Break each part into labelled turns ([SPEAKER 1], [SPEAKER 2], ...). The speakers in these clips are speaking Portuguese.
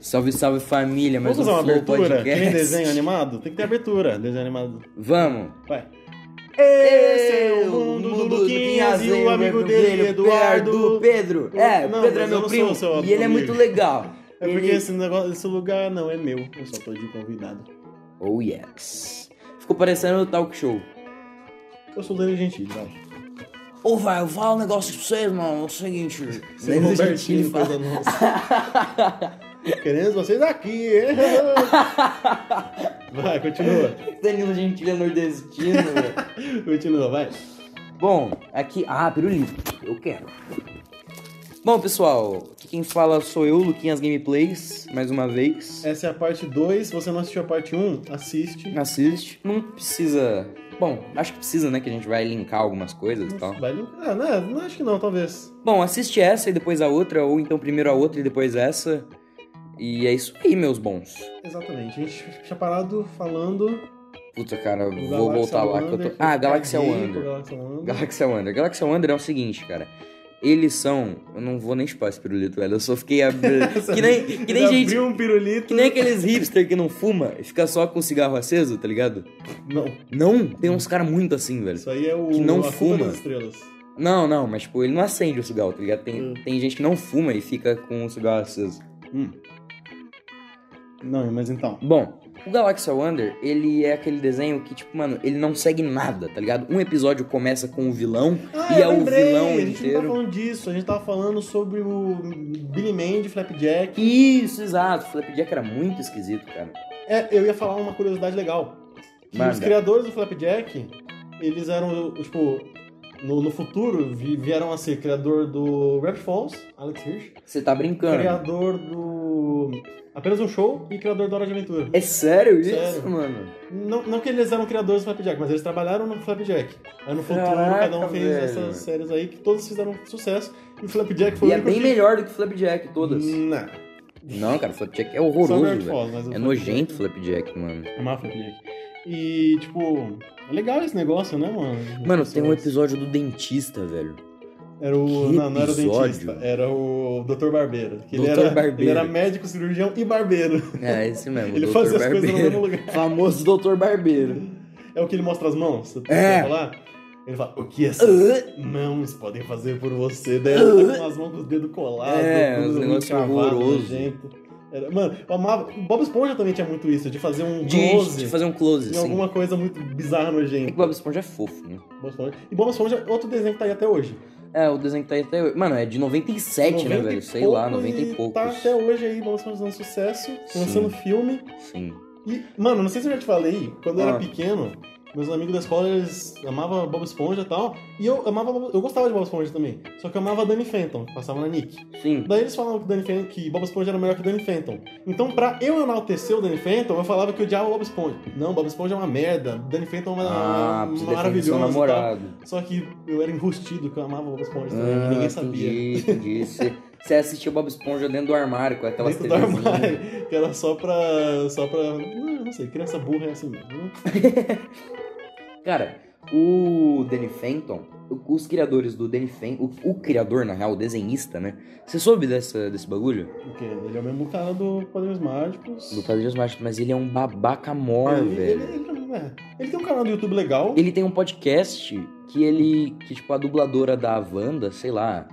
[SPEAKER 1] Salve, salve família, mas
[SPEAKER 2] Vamos fazer uma
[SPEAKER 1] Flow
[SPEAKER 2] abertura?
[SPEAKER 1] Podcast.
[SPEAKER 2] Tem desenho animado? Tem que ter abertura, desenho animado.
[SPEAKER 1] Vamos.
[SPEAKER 2] Vai. Esse é o mundo do Luquinhas e o amigo dele, Eduardo.
[SPEAKER 1] Pedro. É, o
[SPEAKER 2] Não,
[SPEAKER 1] Pedro é
[SPEAKER 2] mas eu
[SPEAKER 1] meu
[SPEAKER 2] não
[SPEAKER 1] primo
[SPEAKER 2] sou seu
[SPEAKER 1] e ele é
[SPEAKER 2] amigo.
[SPEAKER 1] muito legal.
[SPEAKER 2] É porque
[SPEAKER 1] Ele-
[SPEAKER 2] esse, negócio, esse lugar não é meu, eu só tô de convidado.
[SPEAKER 1] Oh, yes. Ficou parecendo o talk show.
[SPEAKER 2] Eu sou o Danilo Gentili, vai.
[SPEAKER 1] Ô, velho, fala um negócio pra vocês, mano. É o seguinte...
[SPEAKER 2] Seu
[SPEAKER 1] Danilo
[SPEAKER 2] Robertinho,
[SPEAKER 1] Gentili fala-
[SPEAKER 2] coisa nossa. Queremos vocês aqui, hein? Vai, continua.
[SPEAKER 1] Danilo Gentili é nordestino, velho.
[SPEAKER 2] Continua, vai.
[SPEAKER 1] né? Bom, aqui. Ah, pirulito. Eu quero. Bom, pessoal, aqui quem fala sou eu, Luquinhas Gameplays, mais uma vez.
[SPEAKER 2] Essa é a parte 2. Se você não assistiu a parte 1, um, assiste.
[SPEAKER 1] Assiste. Não precisa. Bom, acho que precisa, né? Que a gente vai linkar algumas coisas e tal.
[SPEAKER 2] Vai limpar. Ah, não, não acho que não, talvez.
[SPEAKER 1] Bom, assiste essa e depois a outra, ou então primeiro a outra e depois essa. E é isso aí, meus bons.
[SPEAKER 2] Exatamente. A gente tinha parado falando.
[SPEAKER 1] Puta, cara, vou
[SPEAKER 2] do Galaxy
[SPEAKER 1] voltar lá que eu
[SPEAKER 2] Wander,
[SPEAKER 1] tô. Ah, Galaxy
[SPEAKER 2] Cardíaco,
[SPEAKER 1] Wander.
[SPEAKER 2] Galaxy Wander.
[SPEAKER 1] Galaxy Wander. Galaxy Wander é o seguinte, cara. Eles são. Eu não vou nem chupar esse pirulito, velho. Eu só fiquei abrindo. que nem, que nem
[SPEAKER 2] Ele
[SPEAKER 1] gente.
[SPEAKER 2] Abriu um pirulito.
[SPEAKER 1] Que nem aqueles hipster que não fuma e fica só com cigarro aceso, tá ligado?
[SPEAKER 2] Não,
[SPEAKER 1] Não, tem uns caras muito assim, velho.
[SPEAKER 2] isso aí é o.
[SPEAKER 1] Que não
[SPEAKER 2] a Culpa
[SPEAKER 1] fuma.
[SPEAKER 2] das estrelas.
[SPEAKER 1] Não, não, mas tipo, ele não acende o cigarro, tá ligado? Tem,
[SPEAKER 2] Hum.
[SPEAKER 1] tem gente que não fuma e fica com o cigarro aceso.
[SPEAKER 2] Não, mas então.
[SPEAKER 1] Bom, o Galaxy Wonder, ele é aquele desenho que, tipo, mano, ele não segue nada, tá ligado? Um episódio começa com o vilão
[SPEAKER 2] Ah,
[SPEAKER 1] e
[SPEAKER 2] eu
[SPEAKER 1] é o
[SPEAKER 2] lembrei,
[SPEAKER 1] vilão
[SPEAKER 2] a gente não
[SPEAKER 1] inteiro.
[SPEAKER 2] tava falando disso, a gente tava falando sobre o Billy Mandy, Flapjack.
[SPEAKER 1] Isso, exato. Flapjack era muito esquisito, cara.
[SPEAKER 2] É, eu ia falar uma curiosidade legal. Que
[SPEAKER 1] Manda.
[SPEAKER 2] os criadores do Flapjack, eles eram, tipo, no, no futuro vi- vieram a ser criador do Rap Falls, Alex Hirsch,
[SPEAKER 1] Você tá brincando.
[SPEAKER 2] criador do Apenas um Show e criador do Hora de Aventura.
[SPEAKER 1] É sério isso,
[SPEAKER 2] Sério.
[SPEAKER 1] mano?
[SPEAKER 2] Não, não que eles eram criadores do Flapjack, mas eles trabalharam no Flapjack. Aí no futuro
[SPEAKER 1] Caraca,
[SPEAKER 2] cada um fez
[SPEAKER 1] velho.
[SPEAKER 2] essas séries aí que todas fizeram sucesso e o Flapjack foi
[SPEAKER 1] E é
[SPEAKER 2] o único
[SPEAKER 1] bem
[SPEAKER 2] que...
[SPEAKER 1] melhor do que Flapjack, todas.
[SPEAKER 2] Não.
[SPEAKER 1] Não, cara, Flapjack é
[SPEAKER 2] Só
[SPEAKER 1] horroroso,
[SPEAKER 2] o Rap
[SPEAKER 1] velho.
[SPEAKER 2] Falls, mas o
[SPEAKER 1] É
[SPEAKER 2] Flapjack-
[SPEAKER 1] nojento o Flapjack, mano.
[SPEAKER 2] É má Flapjack. E, tipo, é legal esse negócio, né, mano?
[SPEAKER 1] Mano, tem um
[SPEAKER 2] episódio.
[SPEAKER 1] episódio do dentista, velho.
[SPEAKER 2] Era o.
[SPEAKER 1] Que
[SPEAKER 2] não, não era o
[SPEAKER 1] episódio.
[SPEAKER 2] dentista, era o Dr. Barbeiro. Que ele,
[SPEAKER 1] Dr.
[SPEAKER 2] era,
[SPEAKER 1] Barbeiro.
[SPEAKER 2] ele era médico, cirurgião e barbeiro.
[SPEAKER 1] É, esse mesmo,
[SPEAKER 2] ele
[SPEAKER 1] Dr.
[SPEAKER 2] fazia as coisas no mesmo
[SPEAKER 1] Barbeiro.
[SPEAKER 2] lugar.
[SPEAKER 1] Famoso Doutor Barbeiro.
[SPEAKER 2] É o que ele mostra as mãos? Você
[SPEAKER 1] É.
[SPEAKER 2] quer falar? Ele fala, o que essas
[SPEAKER 1] Ah,
[SPEAKER 2] mãos podem fazer por você? Daí ele tá com as mãos com os dedos colados,
[SPEAKER 1] É,
[SPEAKER 2] tudo
[SPEAKER 1] os negócios
[SPEAKER 2] travado,
[SPEAKER 1] horroroso.
[SPEAKER 2] nojento. Era- mano, eu amava. o Bob Esponja também tinha muito isso, de fazer um
[SPEAKER 1] De,
[SPEAKER 2] close
[SPEAKER 1] de fazer um close,
[SPEAKER 2] em
[SPEAKER 1] assim.
[SPEAKER 2] alguma coisa muito bizarra
[SPEAKER 1] É
[SPEAKER 2] nojenta.
[SPEAKER 1] que o Bob Esponja é fofo, né?
[SPEAKER 2] Bob Esponja. E Bob Esponja é outro desenho que tá aí até hoje.
[SPEAKER 1] É, o desenho que tá aí até hoje. Mano, é de 97, né,
[SPEAKER 2] 90 e
[SPEAKER 1] velho? Sei lá,
[SPEAKER 2] poucos
[SPEAKER 1] 90 e poucos.
[SPEAKER 2] Tá até hoje aí, Bob Esponja dando sucesso,
[SPEAKER 1] Sim.
[SPEAKER 2] lançando filme.
[SPEAKER 1] Sim.
[SPEAKER 2] E, mano, não sei se eu já te falei, quando eu
[SPEAKER 1] Ah.
[SPEAKER 2] era pequeno, meus amigos da escola, eles amavam Bob Esponja e tal. E eu amava Bob- eu gostava de Bob Esponja também. Só que eu amava Danny Phantom, que passava na Nick.
[SPEAKER 1] Sim.
[SPEAKER 2] Daí eles falavam que, Danny Phantom, que Bob Esponja era melhor que Danny Phantom. Então, pra eu enaltecer o Danny Phantom, eu falava que odiava o Bob Esponja. Não, Bob Esponja é uma merda. Danny Phantom é
[SPEAKER 1] Ah, pra você defender seu
[SPEAKER 2] maravilhoso. tá? e tal.
[SPEAKER 1] namorado.
[SPEAKER 2] Só que eu era enrustido, que eu amava Bob Esponja também.
[SPEAKER 1] Ah,
[SPEAKER 2] ninguém sabia.
[SPEAKER 1] entendi, entendi. Você- Você assistia Bob Esponja dentro do armário, com aquelas
[SPEAKER 2] Dentro do
[SPEAKER 1] TVzinhas. né?
[SPEAKER 2] armário, que era só pra. só pra. Não, não sei, criança burra é assim mesmo. né?
[SPEAKER 1] Cara, o Danny Phantom, o- os criadores do Danny Phantom, o, o criador, na real, o desenhista, né? Você soube dessa, desse bagulho?
[SPEAKER 2] O quê? Ele é o mesmo cara do Poderes Mágicos.
[SPEAKER 1] Do Padrinhos Mágicos, mas ele é um babaca mor,
[SPEAKER 2] ele,
[SPEAKER 1] velho.
[SPEAKER 2] Ele, ele- é. Ele tem um canal do YouTube legal.
[SPEAKER 1] Ele tem um podcast que ele, que tipo, a dubladora da Wanda, sei lá,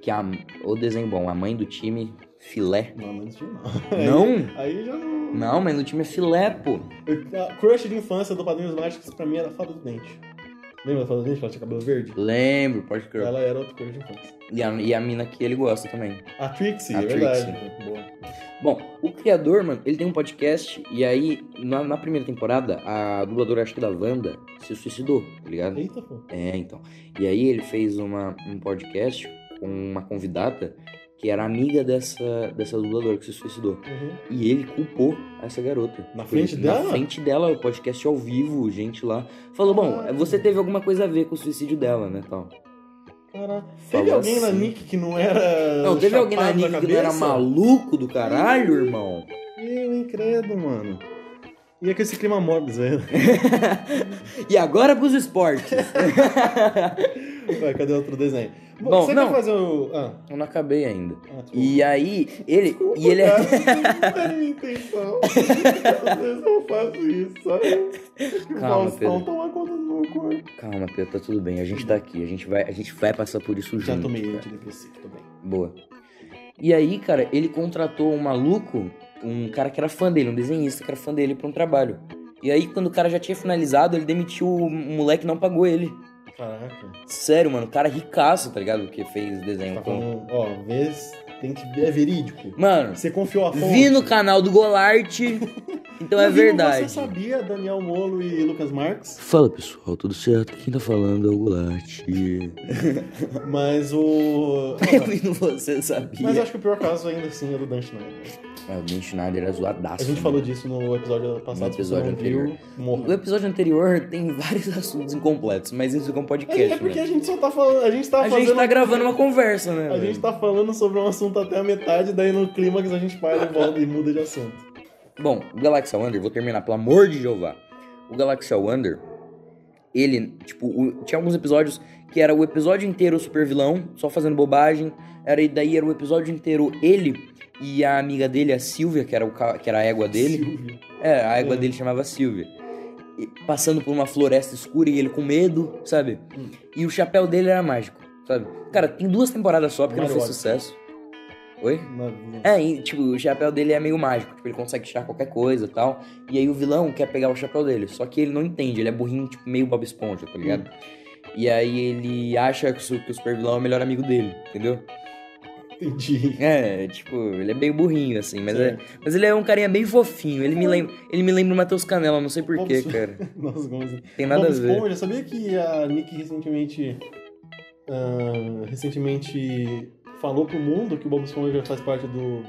[SPEAKER 1] que é a, o desenho bom, a mãe do time, filé.
[SPEAKER 2] Não, mas isso não.
[SPEAKER 1] Não?
[SPEAKER 2] Aí já não.
[SPEAKER 1] Não, mãe do time é filé, pô.
[SPEAKER 2] Eu- a crush de infância do Padrinhos Mágicos pra mim era a Fada do Dente. Lembra da Fada do Dente? que Ela tinha cabelo verde?
[SPEAKER 1] Lembro, pode crer.
[SPEAKER 2] Ela era outra crush de infância.
[SPEAKER 1] E a, e a mina que ele gosta também.
[SPEAKER 2] A Trixie,
[SPEAKER 1] A
[SPEAKER 2] é verdade. Boa.
[SPEAKER 1] Bom, o criador, mano, ele tem um podcast e aí, na, na primeira temporada, a dubladora, acho que da Wanda, se suicidou, tá ligado?
[SPEAKER 2] Eita, pô.
[SPEAKER 1] É, então. E aí ele fez uma, um podcast com uma convidada que era amiga dessa, dessa dubladora que se suicidou.
[SPEAKER 2] Uhum.
[SPEAKER 1] E ele culpou essa garota.
[SPEAKER 2] Na
[SPEAKER 1] Por-
[SPEAKER 2] frente
[SPEAKER 1] Na
[SPEAKER 2] dela?
[SPEAKER 1] frente dela, o podcast ao vivo, gente lá. Falou, bom,
[SPEAKER 2] Ah.
[SPEAKER 1] você teve alguma coisa a ver com o suicídio dela, né, tal.
[SPEAKER 2] Caraca. Teve
[SPEAKER 1] Falou
[SPEAKER 2] alguém na
[SPEAKER 1] assim.
[SPEAKER 2] Nick que não era.
[SPEAKER 1] Não, teve alguém na
[SPEAKER 2] chapado
[SPEAKER 1] Nick que não era
[SPEAKER 2] cabeça?
[SPEAKER 1] maluco do caralho, irmão?
[SPEAKER 2] Eu incrédulo, mano. E é com esse clima mórbido, velho.
[SPEAKER 1] E agora pros esportes.
[SPEAKER 2] Ué, cadê outro desenho? Bom,
[SPEAKER 1] Bom,
[SPEAKER 2] você
[SPEAKER 1] não.
[SPEAKER 2] quer fazer o. Ah,
[SPEAKER 1] Eu não acabei ainda.
[SPEAKER 2] ah desculpa.
[SPEAKER 1] E aí, ele. E ele é.
[SPEAKER 2] Cara, não era minha intenção. Eu não faço isso, sabe? O
[SPEAKER 1] Calma,
[SPEAKER 2] Faustão
[SPEAKER 1] Pedro.
[SPEAKER 2] toma conta do meu corpo.
[SPEAKER 1] Calma, Pedro, tá tudo bem. A gente tá aqui. A gente vai, a gente vai passar por isso
[SPEAKER 2] Já
[SPEAKER 1] junto.
[SPEAKER 2] tomei
[SPEAKER 1] cara.
[SPEAKER 2] antidepressivo, tô bem.
[SPEAKER 1] Boa. E aí, cara, ele contratou um maluco, um cara que era fã dele, um desenhista que era fã dele pra um trabalho. E aí, quando o cara já tinha finalizado, ele demitiu o moleque e não pagou ele.
[SPEAKER 2] Caraca.
[SPEAKER 1] Sério, mano, o cara ricaço, tá ligado? Que fez desenho
[SPEAKER 2] Tá
[SPEAKER 1] com.
[SPEAKER 2] falando, Tá ó, vez tem que ver, é verídico.
[SPEAKER 1] Mano,
[SPEAKER 2] Você confiou a fonte.
[SPEAKER 1] vi no canal do Golart, então é
[SPEAKER 2] Mas, Igor,
[SPEAKER 1] verdade.
[SPEAKER 2] Você sabia, Daniel Molo e Lucas Marx?
[SPEAKER 1] Fala pessoal, tudo certo? Quem tá falando é o Goulart.
[SPEAKER 2] Mas o.
[SPEAKER 1] Eu vi no Você Sabia.
[SPEAKER 2] Mas acho que o pior caso ainda assim é do Dan Schneider.
[SPEAKER 1] Ah, o Ben Schneider era zoadaço.
[SPEAKER 2] A gente
[SPEAKER 1] né?
[SPEAKER 2] falou disso no episódio passado,
[SPEAKER 1] No episódio é
[SPEAKER 2] se você não viu, morra.
[SPEAKER 1] O episódio anterior tem vários assuntos incompletos, mas isso é um
[SPEAKER 2] É,
[SPEAKER 1] podcast,
[SPEAKER 2] é porque
[SPEAKER 1] né?
[SPEAKER 2] a gente só tá falando. A gente tá
[SPEAKER 1] A
[SPEAKER 2] fazendo.
[SPEAKER 1] gente tá gravando uma conversa, né?
[SPEAKER 2] A
[SPEAKER 1] velho?
[SPEAKER 2] gente tá falando sobre um assunto até a metade, daí no clímax a gente para e volta e muda de assunto.
[SPEAKER 1] Bom, o Galaxy Wonder, vou terminar, pelo amor de Jeová. O Galaxy Wonder, ele, tipo, o- tinha alguns episódios que era o episódio inteiro o super vilão, só fazendo bobagem. Era, e daí era o episódio inteiro ele e a amiga dele, a Silvia, que era, o, ca- que era a égua dele.
[SPEAKER 2] Silvio.
[SPEAKER 1] É, a égua
[SPEAKER 2] É.
[SPEAKER 1] dele chamava Silvia. E passando por uma floresta escura e ele com medo, sabe?
[SPEAKER 2] Hum.
[SPEAKER 1] E o chapéu dele era mágico, sabe? Cara, tem duas temporadas só porque não
[SPEAKER 2] Mario
[SPEAKER 1] fez sucesso. Oi?
[SPEAKER 2] Na- na-
[SPEAKER 1] É, e, tipo, o chapéu dele é meio mágico, tipo, ele consegue tirar qualquer coisa e tal. E aí o vilão quer pegar o chapéu dele, só que ele não entende, ele é burrinho, tipo, meio Bob Esponja, tá ligado? E aí ele acha que o su- que o super vilão é o melhor amigo dele, entendeu?
[SPEAKER 2] Entendi.
[SPEAKER 1] É, tipo, ele é meio burrinho, assim, mas, é,
[SPEAKER 2] Certo.
[SPEAKER 1] mas ele é um carinha bem fofinho. Ele me lembra, ele me lembra o Matheus Canela, não sei
[SPEAKER 2] Bob
[SPEAKER 1] porquê,
[SPEAKER 2] Esponja.
[SPEAKER 1] cara.
[SPEAKER 2] Nossa, como assim?
[SPEAKER 1] Tem nada
[SPEAKER 2] Bob
[SPEAKER 1] a ver.
[SPEAKER 2] Esponja, sabia que a Nick recentemente. ah, recentemente falou pro mundo que o Bob Esponja faz parte do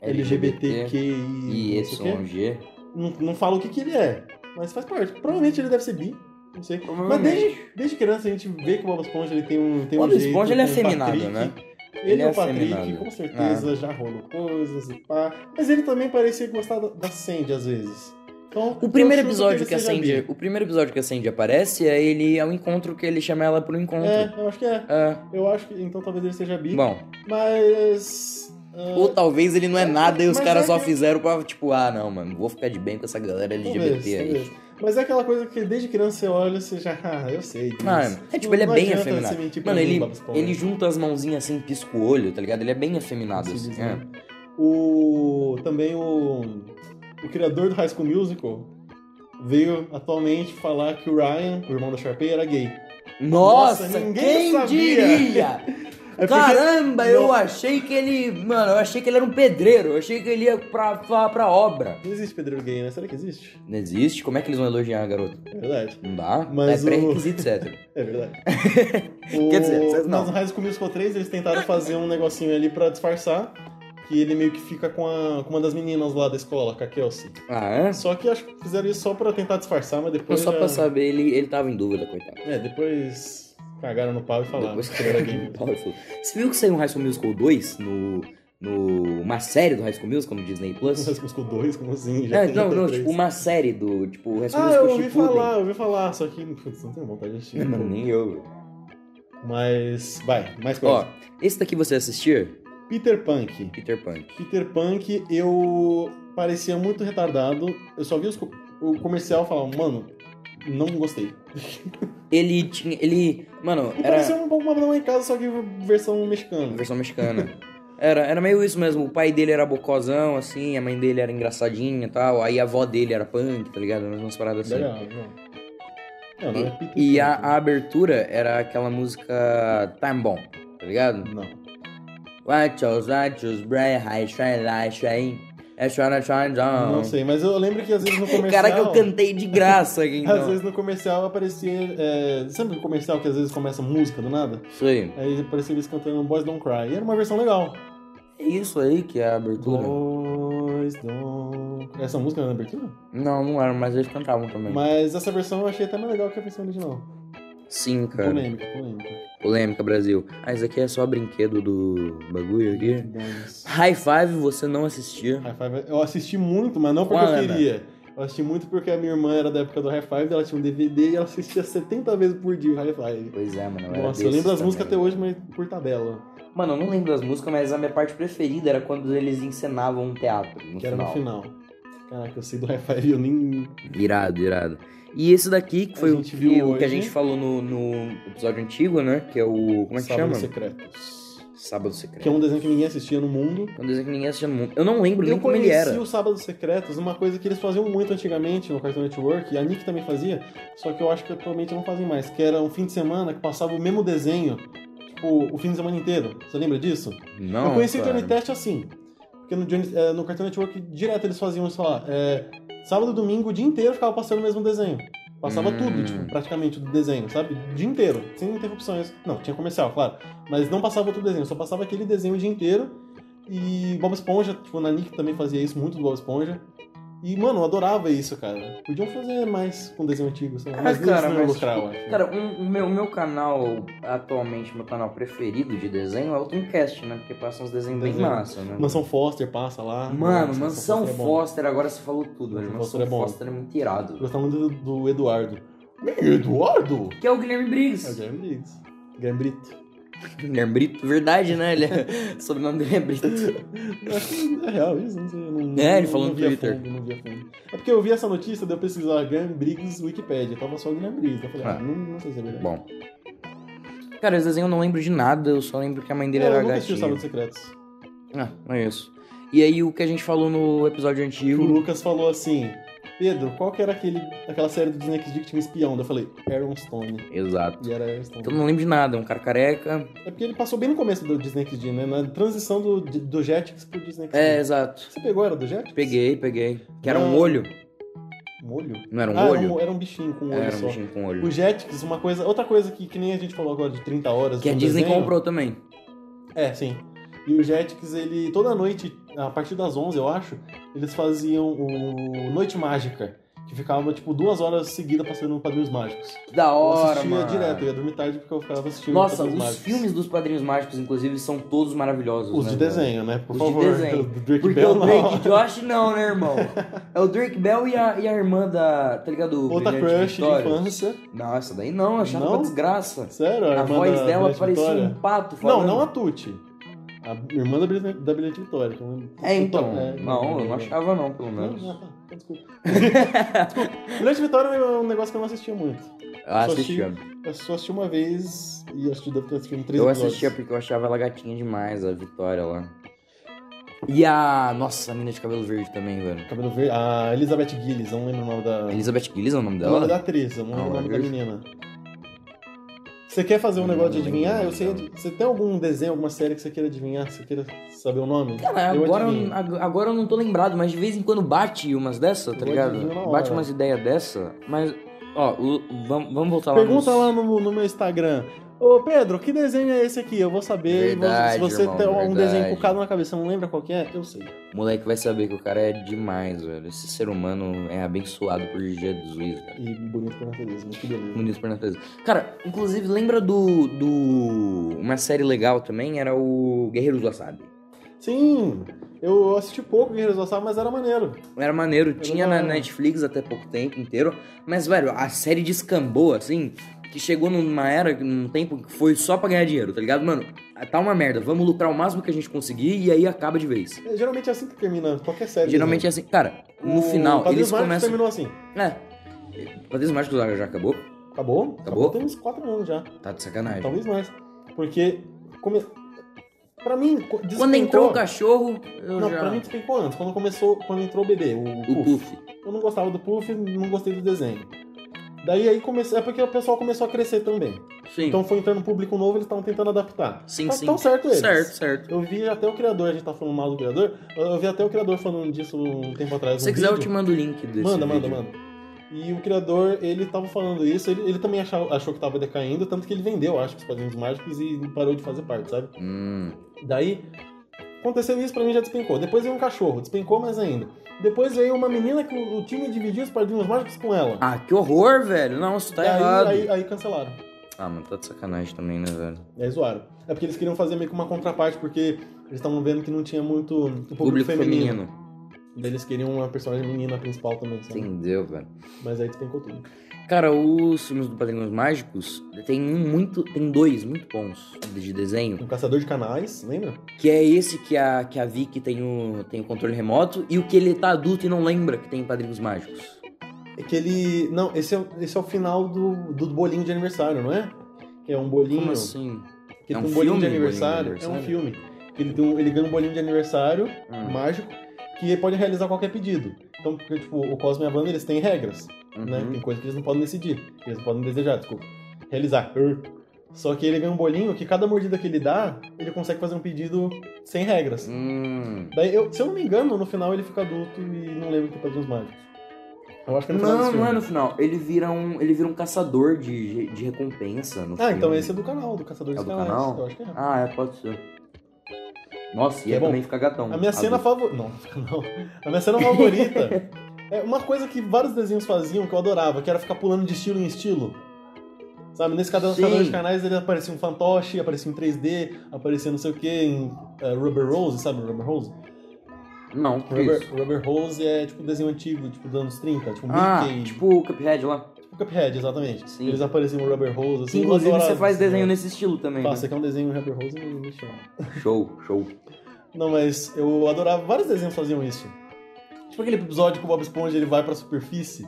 [SPEAKER 2] LGBTQI.
[SPEAKER 1] E
[SPEAKER 2] não, sei
[SPEAKER 1] esse
[SPEAKER 2] o quê.
[SPEAKER 1] um G.
[SPEAKER 2] não, não fala o que, que ele é, mas faz parte. Provavelmente ele deve ser bi. Não sei. Mas
[SPEAKER 1] Provavelmente.
[SPEAKER 2] desde, desde criança a gente vê que o Bob Esponja ele tem um. Tem
[SPEAKER 1] O
[SPEAKER 2] um
[SPEAKER 1] Bob
[SPEAKER 2] jeito,
[SPEAKER 1] Esponja, ele é
[SPEAKER 2] tem um
[SPEAKER 1] afeminado,
[SPEAKER 2] Patrick.
[SPEAKER 1] né?
[SPEAKER 2] Ele,
[SPEAKER 1] Ele
[SPEAKER 2] é
[SPEAKER 1] é
[SPEAKER 2] o Patrick,
[SPEAKER 1] afeminado. né?
[SPEAKER 2] com certeza já rolou coisas e pá. Mas ele também parecia gostar da- da Sandy às vezes. Então,
[SPEAKER 1] O primeiro
[SPEAKER 2] eu chuto
[SPEAKER 1] episódio
[SPEAKER 2] ele
[SPEAKER 1] que a
[SPEAKER 2] seja
[SPEAKER 1] Sandy,
[SPEAKER 2] bi.
[SPEAKER 1] o primeiro episódio que a Sandy aparece é ele é um encontro que ele chama ela para um encontro.
[SPEAKER 2] É, eu acho que é.
[SPEAKER 1] Ah,
[SPEAKER 2] Eu acho que então talvez ele seja bi.
[SPEAKER 1] bom,
[SPEAKER 2] Mas. ah,
[SPEAKER 1] ou talvez ele não é nada e os
[SPEAKER 2] Mas
[SPEAKER 1] caras
[SPEAKER 2] é
[SPEAKER 1] só
[SPEAKER 2] que-
[SPEAKER 1] fizeram pra, tipo, ah, não, mano, vou ficar de bem com essa galera
[SPEAKER 2] talvez,
[SPEAKER 1] LGBT aí.
[SPEAKER 2] talvez. Mas é aquela coisa que desde criança você olha e você já. Ah, eu sei. Disso.
[SPEAKER 1] Mano, é tipo,
[SPEAKER 2] Não-
[SPEAKER 1] ele é
[SPEAKER 2] não
[SPEAKER 1] bem
[SPEAKER 2] adianta você
[SPEAKER 1] afeminado.
[SPEAKER 2] mentir pra
[SPEAKER 1] Mano,
[SPEAKER 2] mim,
[SPEAKER 1] ele,
[SPEAKER 2] Bob Esponja.
[SPEAKER 1] ele junta as mãozinhas assim, pisca o olho, tá ligado? Ele é bem afeminado,
[SPEAKER 2] Como se
[SPEAKER 1] assim.
[SPEAKER 2] diz,
[SPEAKER 1] é.
[SPEAKER 2] né? O também o o criador do High School Musical veio atualmente falar que o Ryan, o irmão da Sharpay, era gay.
[SPEAKER 1] Nossa,
[SPEAKER 2] Nossa, ninguém
[SPEAKER 1] quem
[SPEAKER 2] sabia.
[SPEAKER 1] diria?
[SPEAKER 2] É porque-
[SPEAKER 1] Caramba,
[SPEAKER 2] Não.
[SPEAKER 1] eu achei que ele. Mano, eu achei que ele era um pedreiro, eu achei que ele ia pra, pra, pra obra.
[SPEAKER 2] Não existe pedreiro gay, né? Será que existe?
[SPEAKER 1] Não existe? Como é que eles vão elogiar a garota?
[SPEAKER 2] É verdade.
[SPEAKER 1] Não dá?
[SPEAKER 2] Mas
[SPEAKER 1] é pré-requisito, etc.
[SPEAKER 2] É verdade. O-
[SPEAKER 1] Quer dizer, vocês não.
[SPEAKER 2] Mas no High School Musical 3 eles tentaram fazer um negocinho ali pra disfarçar que ele meio que fica com, a- com uma das meninas lá da escola, com a Kelsey.
[SPEAKER 1] Ah, é?
[SPEAKER 2] Só que acho que fizeram isso só pra tentar disfarçar, mas
[SPEAKER 1] Não,
[SPEAKER 2] depois
[SPEAKER 1] só
[SPEAKER 2] já-
[SPEAKER 1] pra saber, ele, ele tava em dúvida, coitado.
[SPEAKER 2] É, depois cagaram no pau e falaram
[SPEAKER 1] Depois
[SPEAKER 2] que era gay. mesmo.
[SPEAKER 1] Paulo falou. Você viu que saiu um High School Musical 2 no. no. uma série do High School Musical no Disney Plus?
[SPEAKER 2] High School Musical 2, como assim? Já
[SPEAKER 1] É,
[SPEAKER 2] tem
[SPEAKER 1] não,
[SPEAKER 2] até
[SPEAKER 1] não,
[SPEAKER 2] três.
[SPEAKER 1] tipo, uma série do. Tipo, High School
[SPEAKER 2] Ah,
[SPEAKER 1] Musical
[SPEAKER 2] eu ouvi
[SPEAKER 1] Shippuden.
[SPEAKER 2] falar, eu ouvi falar, só que putz, não tenho vontade de assistir.
[SPEAKER 1] Mano, nem eu.
[SPEAKER 2] Mas, vai, mais
[SPEAKER 1] Ó,
[SPEAKER 2] coisa.
[SPEAKER 1] esse daqui você assistiu?
[SPEAKER 2] Peter Punk.
[SPEAKER 1] Peter Punk.
[SPEAKER 2] Peter Punk, eu parecia muito retardado. Eu só vi os co- o comercial e falava, mano, não gostei.
[SPEAKER 1] Ele tinha. Ele. Mano,
[SPEAKER 2] E
[SPEAKER 1] era.
[SPEAKER 2] parecia um pouco uma Mamãe em casa, só que versão mexicana.
[SPEAKER 1] Versão mexicana. Era, era meio isso mesmo. O pai dele era bocozão, assim, a mãe dele era engraçadinha e tal. Aí a avó dele era punk, tá ligado? Umas umas paradas assim.
[SPEAKER 2] Legal, não. Tá Não, não é Peter
[SPEAKER 1] E a,
[SPEAKER 2] Punk.
[SPEAKER 1] a abertura era aquela música Time Bomb, tá ligado?
[SPEAKER 2] Não.
[SPEAKER 1] Watchos, watchos, bright, high, shine, light, shine. É shine, shine, down.
[SPEAKER 2] Não sei, mas eu lembro que às vezes no é comercial...
[SPEAKER 1] Caraca, eu cantei de graça aqui,
[SPEAKER 2] Às
[SPEAKER 1] então.
[SPEAKER 2] vezes no comercial aparecia. É, sabe o comercial que às vezes começa música do nada?
[SPEAKER 1] Isso aí.
[SPEAKER 2] Aí aparecia eles cantando Boys Don't Cry. E era uma versão legal.
[SPEAKER 1] É isso aí que é a abertura.
[SPEAKER 2] Boys Don't Cry. Essa música era na abertura?
[SPEAKER 1] Não, não era, mas eles cantavam também.
[SPEAKER 2] Mas essa versão eu achei até mais legal que a versão original.
[SPEAKER 1] Sim, cara. Polêmica.
[SPEAKER 2] Polêmica, polêmica.
[SPEAKER 1] Brasil. Ah, isso aqui é só brinquedo do bagulho aqui?
[SPEAKER 2] Boys.
[SPEAKER 1] High Five você não assistia.
[SPEAKER 2] High Five, Eu é, assisti muito, mas não porque
[SPEAKER 1] Qual
[SPEAKER 2] eu
[SPEAKER 1] era?
[SPEAKER 2] queria. Eu assisti muito porque a minha irmã era da época do High Five, ela tinha um DVD e ela assistia 70 vezes por dia o High Five.
[SPEAKER 1] Pois é, mano. era né?
[SPEAKER 2] Nossa, eu
[SPEAKER 1] desses
[SPEAKER 2] lembro das músicas até
[SPEAKER 1] também.
[SPEAKER 2] hoje, mas por tabela.
[SPEAKER 1] Mano, eu não lembro das músicas, mas a minha parte preferida era quando eles encenavam um teatro. No
[SPEAKER 2] que era
[SPEAKER 1] final.
[SPEAKER 2] no final. Caraca, eu sei do High Five e eu nem.
[SPEAKER 1] Irado, irado. E esse daqui, que
[SPEAKER 2] A
[SPEAKER 1] foi o
[SPEAKER 2] gente
[SPEAKER 1] que,
[SPEAKER 2] viu
[SPEAKER 1] o que a
[SPEAKER 2] hoje.
[SPEAKER 1] gente falou no, no episódio antigo, né? Que é o. Como é que
[SPEAKER 2] Sábados
[SPEAKER 1] chama?
[SPEAKER 2] Secretos.
[SPEAKER 1] Sábado Secreto.
[SPEAKER 2] Que é um desenho que ninguém assistia no mundo.
[SPEAKER 1] É um desenho que ninguém assistia no mundo. Eu não lembro
[SPEAKER 2] Eu
[SPEAKER 1] nem como ele
[SPEAKER 2] conheci
[SPEAKER 1] era.
[SPEAKER 2] o Sábados Secretos, uma coisa que eles faziam muito antigamente no Cartoon Network, e a Nick também fazia, só que eu acho que atualmente não fazem mais, que era um fim de semana que passava o mesmo desenho, tipo, o fim de semana inteiro. Você lembra disso?
[SPEAKER 1] Não.
[SPEAKER 2] eu conheci
[SPEAKER 1] cara.
[SPEAKER 2] o Johnny Test assim. Porque no, Johnny, eh, no Cartoon Network direto eles faziam, sei lá, eh, sábado, domingo, o dia inteiro ficava passando o mesmo desenho. Passava
[SPEAKER 1] Hum.
[SPEAKER 2] tudo, tipo, praticamente do desenho, sabe? O dia inteiro, sem interrupções. Não, tinha comercial, claro. Mas não passava outro desenho, só passava aquele desenho o dia inteiro. E Bob Esponja, tipo, na Nick também fazia isso muito do Bob Esponja. E, mano, eu adorava isso, cara. Podiam fazer mais com desenho antigo, sabe?
[SPEAKER 1] Ah,
[SPEAKER 2] Mas eles
[SPEAKER 1] cara,
[SPEAKER 2] não iam
[SPEAKER 1] mas,
[SPEAKER 2] lucrar,
[SPEAKER 1] tipo,
[SPEAKER 2] eu acho.
[SPEAKER 1] Cara, um- o meu, meu canal, atualmente, meu canal preferido de desenho é o Tomcast, né? Porque passam uns desenhos bem
[SPEAKER 2] Desenho.
[SPEAKER 1] massa, né?
[SPEAKER 2] Mansão Foster passa lá.
[SPEAKER 1] Mano,
[SPEAKER 2] Nossa,
[SPEAKER 1] Mansão
[SPEAKER 2] é bom.
[SPEAKER 1] Foster, agora você falou tudo, velho. Mansão
[SPEAKER 2] Mansão Foster é bom.
[SPEAKER 1] Foster é muito irado.
[SPEAKER 2] Eu gostava muito do, do Eduardo. Eduardo?
[SPEAKER 1] Que é o Guilherme
[SPEAKER 2] É o
[SPEAKER 1] Briggs.
[SPEAKER 2] Guilherme Briggs. Guilherme Brito.
[SPEAKER 1] Guilherme Brito, verdade, né? Ele é... sobrenome dele é Brito.
[SPEAKER 2] Acho que é real isso, não sei. eu Não,
[SPEAKER 1] É, ele
[SPEAKER 2] não-
[SPEAKER 1] falou
[SPEAKER 2] não
[SPEAKER 1] no
[SPEAKER 2] vi a
[SPEAKER 1] Twitter.
[SPEAKER 2] fundo, não vi a fundo. É porque eu vi essa notícia, daí eu pesquisar Guilherme Briggs Wikipedia. Tava só o Guilherme Briggs. Eu falei, ah,
[SPEAKER 1] Ah.
[SPEAKER 2] não, não sei se é verdade.
[SPEAKER 1] Bom. Cara, esse desenho eu não lembro de nada, eu só lembro que a mãe dele
[SPEAKER 2] É, eu
[SPEAKER 1] era
[SPEAKER 2] nunca assisti o
[SPEAKER 1] gatinha.
[SPEAKER 2] Sábado Secretos.
[SPEAKER 1] Ah, não é isso. E aí, o que a gente falou no episódio
[SPEAKER 2] E o
[SPEAKER 1] antigo...
[SPEAKER 2] Lucas falou assim... Pedro, qual que era aquele, aquela série do Disney Kids que tinha um espião? Daí eu falei, Aaron Stone.
[SPEAKER 1] Exato.
[SPEAKER 2] E era Aaron Stone.
[SPEAKER 1] Então eu não lembro de nada, é um cara careca...
[SPEAKER 2] É porque ele passou bem no começo do Disney XD, né? Na transição do, do Jetix pro Disney XD.
[SPEAKER 1] É, exato.
[SPEAKER 2] Você pegou, era do Jetix?
[SPEAKER 1] Peguei, peguei. Que era um
[SPEAKER 2] Não.
[SPEAKER 1] olho.
[SPEAKER 2] Molho?
[SPEAKER 1] Não era um
[SPEAKER 2] ah,
[SPEAKER 1] olho?
[SPEAKER 2] Era, um, era um bichinho com um olho
[SPEAKER 1] Era um
[SPEAKER 2] só.
[SPEAKER 1] bichinho com olho.
[SPEAKER 2] O Jetix, uma coisa, outra coisa que, que nem a gente falou agora de 30 horas.
[SPEAKER 1] Que a
[SPEAKER 2] do
[SPEAKER 1] Disney
[SPEAKER 2] desenho.
[SPEAKER 1] comprou também.
[SPEAKER 2] É, sim. E o Jetix, ele toda noite, a partir das 11, eu acho, eles faziam o Noite Mágica, que ficava tipo duas horas seguidas passando Padrinhos Mágicos.
[SPEAKER 1] Que da
[SPEAKER 2] Eu
[SPEAKER 1] hora,
[SPEAKER 2] assistia
[SPEAKER 1] mano.
[SPEAKER 2] direto, eu um ia dormir tarde porque eu ficava assistindo
[SPEAKER 1] Nossa, os
[SPEAKER 2] Padrinhos Mágicos.
[SPEAKER 1] filmes dos Padrinhos Mágicos, inclusive, são todos maravilhosos.
[SPEAKER 2] Os
[SPEAKER 1] né,
[SPEAKER 2] de
[SPEAKER 1] velho?
[SPEAKER 2] desenho, né? Por
[SPEAKER 1] Os de
[SPEAKER 2] favor.
[SPEAKER 1] desenho.
[SPEAKER 2] O do Drake
[SPEAKER 1] Porque
[SPEAKER 2] Bell,
[SPEAKER 1] o Drake
[SPEAKER 2] não.
[SPEAKER 1] Josh não, né, irmão? É o Drake Bell e a, e a irmã da. Tá ligado? O
[SPEAKER 2] Outra
[SPEAKER 1] Brilhante
[SPEAKER 2] crush de
[SPEAKER 1] Vitória.
[SPEAKER 2] infância.
[SPEAKER 1] Não, essa daí não, eu achava
[SPEAKER 2] Não?
[SPEAKER 1] uma desgraça.
[SPEAKER 2] Sério,
[SPEAKER 1] A,
[SPEAKER 2] irmã
[SPEAKER 1] voz
[SPEAKER 2] da
[SPEAKER 1] dela
[SPEAKER 2] Brilhante
[SPEAKER 1] parecia
[SPEAKER 2] Vitória.
[SPEAKER 1] um pato
[SPEAKER 2] Não,
[SPEAKER 1] falando.
[SPEAKER 2] não a Tuti. A irmã da Brilhante, da Brilhante Vitória. que um eu lembro.
[SPEAKER 1] É, então.
[SPEAKER 2] É,
[SPEAKER 1] não, eu não achava, né? não, pelo
[SPEAKER 2] Não,
[SPEAKER 1] menos.
[SPEAKER 2] ah, tá, desculpa. Brilhante Vitória é um negócio que eu não assistia muito.
[SPEAKER 1] Ah,
[SPEAKER 2] Só
[SPEAKER 1] assistia.
[SPEAKER 2] Eu só assisti uma vez e assisti deve ter assistido três
[SPEAKER 1] Eu
[SPEAKER 2] episódios.
[SPEAKER 1] assistia porque eu achava ela gatinha demais, a Vitória lá. E a. Nossa, a mina de cabelo verde também, velho.
[SPEAKER 2] Cabelo verde. A Elizabeth Gillis, eu não lembro o nome da.
[SPEAKER 1] Elizabeth Gillies é o nome
[SPEAKER 2] O nome da
[SPEAKER 1] dela?
[SPEAKER 2] atriz, eu não
[SPEAKER 1] Ah,
[SPEAKER 2] lembro o nome da
[SPEAKER 1] olha.
[SPEAKER 2] menina. Você quer fazer um
[SPEAKER 1] Não
[SPEAKER 2] negócio de
[SPEAKER 1] lembro
[SPEAKER 2] adivinhar?
[SPEAKER 1] o
[SPEAKER 2] Eu
[SPEAKER 1] nome
[SPEAKER 2] sei.
[SPEAKER 1] dela.
[SPEAKER 2] Você tem algum desenho, alguma série que você queira adivinhar, que você queira saber o nome?
[SPEAKER 1] Cara,
[SPEAKER 2] eu
[SPEAKER 1] agora,
[SPEAKER 2] adivinho.
[SPEAKER 1] eu- ag- agora eu não tô lembrado, mas de vez em quando bate umas dessa, tá
[SPEAKER 2] Eu
[SPEAKER 1] ligado?
[SPEAKER 2] adivinho na
[SPEAKER 1] Bate
[SPEAKER 2] hora.
[SPEAKER 1] umas ideias dessa, mas. Ó, o- vamos vamos voltar tá lá
[SPEAKER 2] Pergunta
[SPEAKER 1] nos-
[SPEAKER 2] lá no, no meu Instagram. Ô Pedro, que desenho é esse aqui? Eu vou saber. e vou-
[SPEAKER 1] Verdade,
[SPEAKER 2] se você
[SPEAKER 1] irmão,
[SPEAKER 2] tem um
[SPEAKER 1] verdade.
[SPEAKER 2] desenho colocado na cabeça, não lembra qual que é? Eu sei.
[SPEAKER 1] O moleque vai saber que o cara é demais, velho. Esse ser humano é abençoado por Jesus, velho.
[SPEAKER 2] E bonito por natureza, mas que beleza.
[SPEAKER 1] Munidos por natureza. Cara, inclusive, lembra do. do. Uma série legal também era o Guerreiros do Wasabi.
[SPEAKER 2] Sim, eu assisti pouco Guerreiros do Açaí, mas era maneiro.
[SPEAKER 1] Era maneiro, tinha
[SPEAKER 2] da
[SPEAKER 1] na
[SPEAKER 2] hora.
[SPEAKER 1] Netflix até pouco tempo inteiro. Mas, velho, a série descambou, assim, que chegou numa era, num tempo que foi só pra ganhar dinheiro, tá ligado? Mano, tá uma merda, vamos lucrar o máximo que a gente conseguir e aí acaba de vez.
[SPEAKER 2] É, Geralmente é assim que termina qualquer série.
[SPEAKER 1] Geralmente é
[SPEAKER 2] né?
[SPEAKER 1] assim, cara, no
[SPEAKER 2] O
[SPEAKER 1] final, eles
[SPEAKER 2] Padrinhos Mágicos
[SPEAKER 1] começam.
[SPEAKER 2] terminou assim.
[SPEAKER 1] É. Padrinhos Mágicos já já acabou?
[SPEAKER 2] Acabou?
[SPEAKER 1] Acabou?
[SPEAKER 2] Tem uns 4 anos já.
[SPEAKER 1] Tá de sacanagem.
[SPEAKER 2] Talvez mais. Porque. Come... Pra mim. co-
[SPEAKER 1] Quando
[SPEAKER 2] despencou-
[SPEAKER 1] entrou o cachorro, eu
[SPEAKER 2] Não,
[SPEAKER 1] já.
[SPEAKER 2] pra mim tá despencou antes. Quando começou. Quando entrou o bebê, o,
[SPEAKER 1] O
[SPEAKER 2] Puff.
[SPEAKER 1] Puff.
[SPEAKER 2] Eu não gostava do Puff, não gostei do desenho. Daí aí começou. É porque o pessoal começou a crescer também.
[SPEAKER 1] Sim.
[SPEAKER 2] Então foi entrando público novo, eles estavam tentando adaptar.
[SPEAKER 1] sim,
[SPEAKER 2] Tá-
[SPEAKER 1] sim.
[SPEAKER 2] Tão certo eles.
[SPEAKER 1] Certo, certo.
[SPEAKER 2] Eu vi até o criador, a gente tá falando mal do criador. Eu vi até o criador falando disso um tempo atrás.
[SPEAKER 1] Se você
[SPEAKER 2] num
[SPEAKER 1] quiser, eu
[SPEAKER 2] vídeo.
[SPEAKER 1] te mando o link desse.
[SPEAKER 2] Manda, manda,
[SPEAKER 1] vídeo.
[SPEAKER 2] manda. E o criador, ele tava falando isso, ele, ele também achou, achou que tava decaindo, tanto que ele vendeu, acho, os quadrinhos mágicos e parou de fazer parte, sabe?
[SPEAKER 1] Hum,
[SPEAKER 2] Daí, aconteceu isso, pra mim já despencou. Depois veio um cachorro, despencou mais ainda. Depois veio uma menina que o, o time dividiu os quadrinhos mágicos com ela.
[SPEAKER 1] Ah, que horror, velho. Nossa, tá
[SPEAKER 2] Daí,
[SPEAKER 1] errado.
[SPEAKER 2] aí, aí cancelaram.
[SPEAKER 1] Ah, mano, tá de sacanagem também, né, velho?
[SPEAKER 2] Daí zoaram. É porque eles queriam fazer meio que uma contraparte, porque eles estavam vendo que não tinha muito o público, feminino. Daí eles queriam uma personagem menina principal também, sabe?
[SPEAKER 1] Entendeu, velho?
[SPEAKER 2] Mas aí despencou tudo.
[SPEAKER 1] Cara, os filmes do Padrinhos Mágicos tem um muito. Tem dois muito bons de desenho.
[SPEAKER 2] O Um Caçador de Canais, lembra?
[SPEAKER 1] Que é esse que a, que a Vicky tem o, tem o controle remoto e o que ele tá adulto e não lembra que tem Padrinhos Mágicos.
[SPEAKER 2] É que ele... Não, esse é, o- esse é o final do, do bolinho de aniversário, não é? Que é um bolinho...
[SPEAKER 1] Como assim?
[SPEAKER 2] Que
[SPEAKER 1] É
[SPEAKER 2] tem
[SPEAKER 1] um
[SPEAKER 2] um bolinho
[SPEAKER 1] filme,
[SPEAKER 2] de aniversário.
[SPEAKER 1] bolinho de
[SPEAKER 2] É um filme. Que ele, tem um- ele ganha um bolinho de aniversário
[SPEAKER 1] Hum,
[SPEAKER 2] mágico que ele pode realizar qualquer pedido. Então, porque, tipo, o Cosmo e a Wanda, eles têm regras, né?
[SPEAKER 1] uhum.
[SPEAKER 2] Tem coisas que eles não podem decidir. que Eles não podem desejar, desculpa. Realizar. Ur. Só que ele ganha um bolinho que cada mordida que ele dá, ele consegue fazer um pedido sem regras.
[SPEAKER 1] Hum.
[SPEAKER 2] Daí, eu- se eu não me engano, no final ele fica adulto e não lembra que tem padrinhos mágicos. Eu acho que é no final
[SPEAKER 1] Não,
[SPEAKER 2] desse
[SPEAKER 1] não é
[SPEAKER 2] filme.
[SPEAKER 1] no final. Ele vira um, ele vira um caçador de, de recompensa no
[SPEAKER 2] Ah,
[SPEAKER 1] filme.
[SPEAKER 2] então esse é do canal, do Caçador
[SPEAKER 1] É
[SPEAKER 2] de
[SPEAKER 1] do canal?
[SPEAKER 2] Eu acho que é.
[SPEAKER 1] Ah, é, pode ser. Nossa, e
[SPEAKER 2] É
[SPEAKER 1] aí
[SPEAKER 2] bom.
[SPEAKER 1] também fica gatão.
[SPEAKER 2] A minha cena
[SPEAKER 1] adulto.
[SPEAKER 2] favorita. Não, não. A minha cena favorita é uma coisa que vários desenhos faziam que eu adorava, que era ficar pulando de estilo em estilo. Sabe, nesse cada
[SPEAKER 1] Sim.
[SPEAKER 2] canal de canais ele aparecia um fantoche, aparecia em 3D, aparecia não sei o que em eh, Rubber Rose, sabe? Rubber Rose?
[SPEAKER 1] Não, que
[SPEAKER 2] Rubber,
[SPEAKER 1] isso?
[SPEAKER 2] Rubber Rose é tipo um desenho antigo, tipo dos anos 30, tipo
[SPEAKER 1] Ah,
[SPEAKER 2] Mickey, tipo...
[SPEAKER 1] tipo o Cuphead lá.
[SPEAKER 2] Cuphead, exatamente.
[SPEAKER 1] Sim.
[SPEAKER 2] Eles apareciam em Rubber Rose, assim.
[SPEAKER 1] Sim, inclusive
[SPEAKER 2] eu
[SPEAKER 1] você
[SPEAKER 2] adorava
[SPEAKER 1] faz
[SPEAKER 2] esse
[SPEAKER 1] desenho nesse estilo também. né?
[SPEAKER 2] Faço, aqui é um desenho Rubber Rose e me chama.
[SPEAKER 1] Show, show.
[SPEAKER 2] Não, mas eu adorava. Vários desenhos faziam isso. Tipo aquele episódio que o Bob Esponja ele vai pra superfície,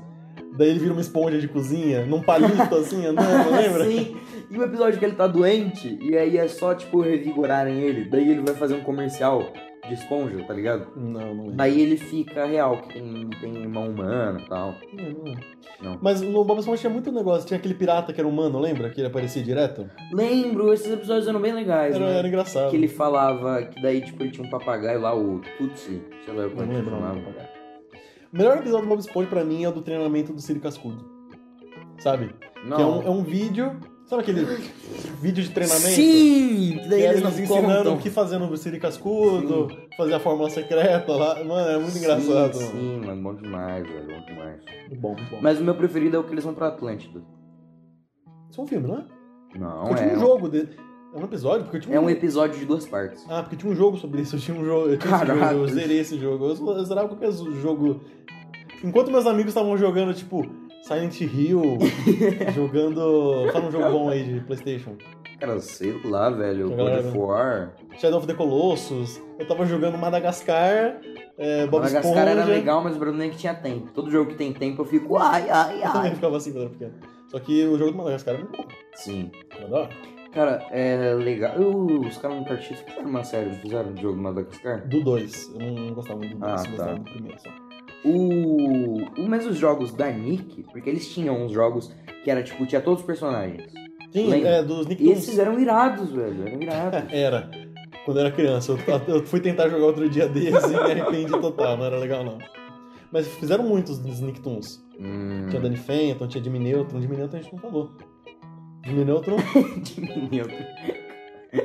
[SPEAKER 2] daí ele vira uma esponja de cozinha, num palito assim, andando, lembra?
[SPEAKER 1] Sim. E o episódio que ele tá doente, e aí é só, tipo, revigorarem ele. Daí ele vai fazer um comercial de esponja, tá ligado?
[SPEAKER 2] Não, não lembro.
[SPEAKER 1] Daí ele fica real, que tem, tem irmão humano e tal.
[SPEAKER 2] Não, não lembro.
[SPEAKER 1] Não.
[SPEAKER 2] Mas no Bob Esponja tinha muito negócio. Tinha aquele pirata que era humano, lembra? Que ele aparecia direto?
[SPEAKER 1] Lembro, esses episódios eram bem legais,
[SPEAKER 2] Era,
[SPEAKER 1] né?
[SPEAKER 2] era engraçado.
[SPEAKER 1] Que ele falava que daí, tipo, ele tinha um papagaio lá, o Tutsi. Sei lá como
[SPEAKER 2] Não
[SPEAKER 1] é que
[SPEAKER 2] lembro o
[SPEAKER 1] chamava.
[SPEAKER 2] nome do O melhor episódio do Bob Esponja pra mim é o do treinamento do Ciro Cascudo. Sabe?
[SPEAKER 1] Não.
[SPEAKER 2] Que é um, é um vídeo. Sabe aquele vídeo de treinamento?
[SPEAKER 1] Sim! Que
[SPEAKER 2] E
[SPEAKER 1] daí
[SPEAKER 2] aí
[SPEAKER 1] eles não
[SPEAKER 2] eles ensinando
[SPEAKER 1] contam.
[SPEAKER 2] o que fazer no Siri Cascudo, fazer a fórmula secreta lá. Mano, é muito
[SPEAKER 1] Sim,
[SPEAKER 2] engraçado.
[SPEAKER 1] Sim, mano, bom demais, velho, bom demais.
[SPEAKER 2] Bom, bom. Mas
[SPEAKER 1] Mas o meu preferido é o que eles vão pra Atlântida.
[SPEAKER 2] isso é um filme, não é?
[SPEAKER 1] Não,
[SPEAKER 2] Porque
[SPEAKER 1] é.
[SPEAKER 2] tinha um
[SPEAKER 1] um-
[SPEAKER 2] jogo. De... É um episódio? Porque tinha
[SPEAKER 1] É um episódio de duas partes.
[SPEAKER 2] Ah, porque tinha um jogo sobre isso. Eu tinha um jogo. Eu, tinha esse
[SPEAKER 1] Caraca.
[SPEAKER 2] jogo, eu zerei esse jogo. Eu eu zerava qualquer jogo. Enquanto meus amigos estavam jogando, tipo, Silent Hill, jogando. Fala um jogo bom aí de PlayStation.
[SPEAKER 1] Cara, sei lá, velho.
[SPEAKER 2] A
[SPEAKER 1] God
[SPEAKER 2] galera-
[SPEAKER 1] of War.
[SPEAKER 2] Shadow of the Colossus. Eu tava jogando Madagascar, é, Bob Esponja.
[SPEAKER 1] Madagascar era legal, mas o problema é que tinha tempo. Todo jogo que tem tempo eu fico, ai, ai,
[SPEAKER 2] Eu também
[SPEAKER 1] ai.
[SPEAKER 2] ficava assim quando era pequeno. Só que o jogo do Madagascar é muito bom.
[SPEAKER 1] Sim.
[SPEAKER 2] Eu adoro.
[SPEAKER 1] Cara, é legal. Eu- os caras no Cartiz fizeram uma série, não fizeram um jogo do Madagascar.
[SPEAKER 2] Do 2. Eu não gostava muito do 2,
[SPEAKER 1] Ah,
[SPEAKER 2] eu gostava
[SPEAKER 1] tá.
[SPEAKER 2] do primeiro só.
[SPEAKER 1] O. o- Mas os jogos da Nick, porque eles tinham uns jogos que era tipo, tinha todos os personagens.
[SPEAKER 2] Sim,
[SPEAKER 1] Lembra?
[SPEAKER 2] é, dos Nick
[SPEAKER 1] E
[SPEAKER 2] Toons.
[SPEAKER 1] esses é- eram irados, velho. Eram irados.
[SPEAKER 2] Era. Quando eu era criança. Eu, eu fui tentar jogar outro dia desses e me arrependi total. Não era legal, não. Mas fizeram muitos dos Nick Toons.
[SPEAKER 1] hum.
[SPEAKER 2] Tinha Danny Fenton, tinha Jimmy Neutron. Jimmy Neutron a gente não falou. Jimmy Neutron.
[SPEAKER 1] Diminuto.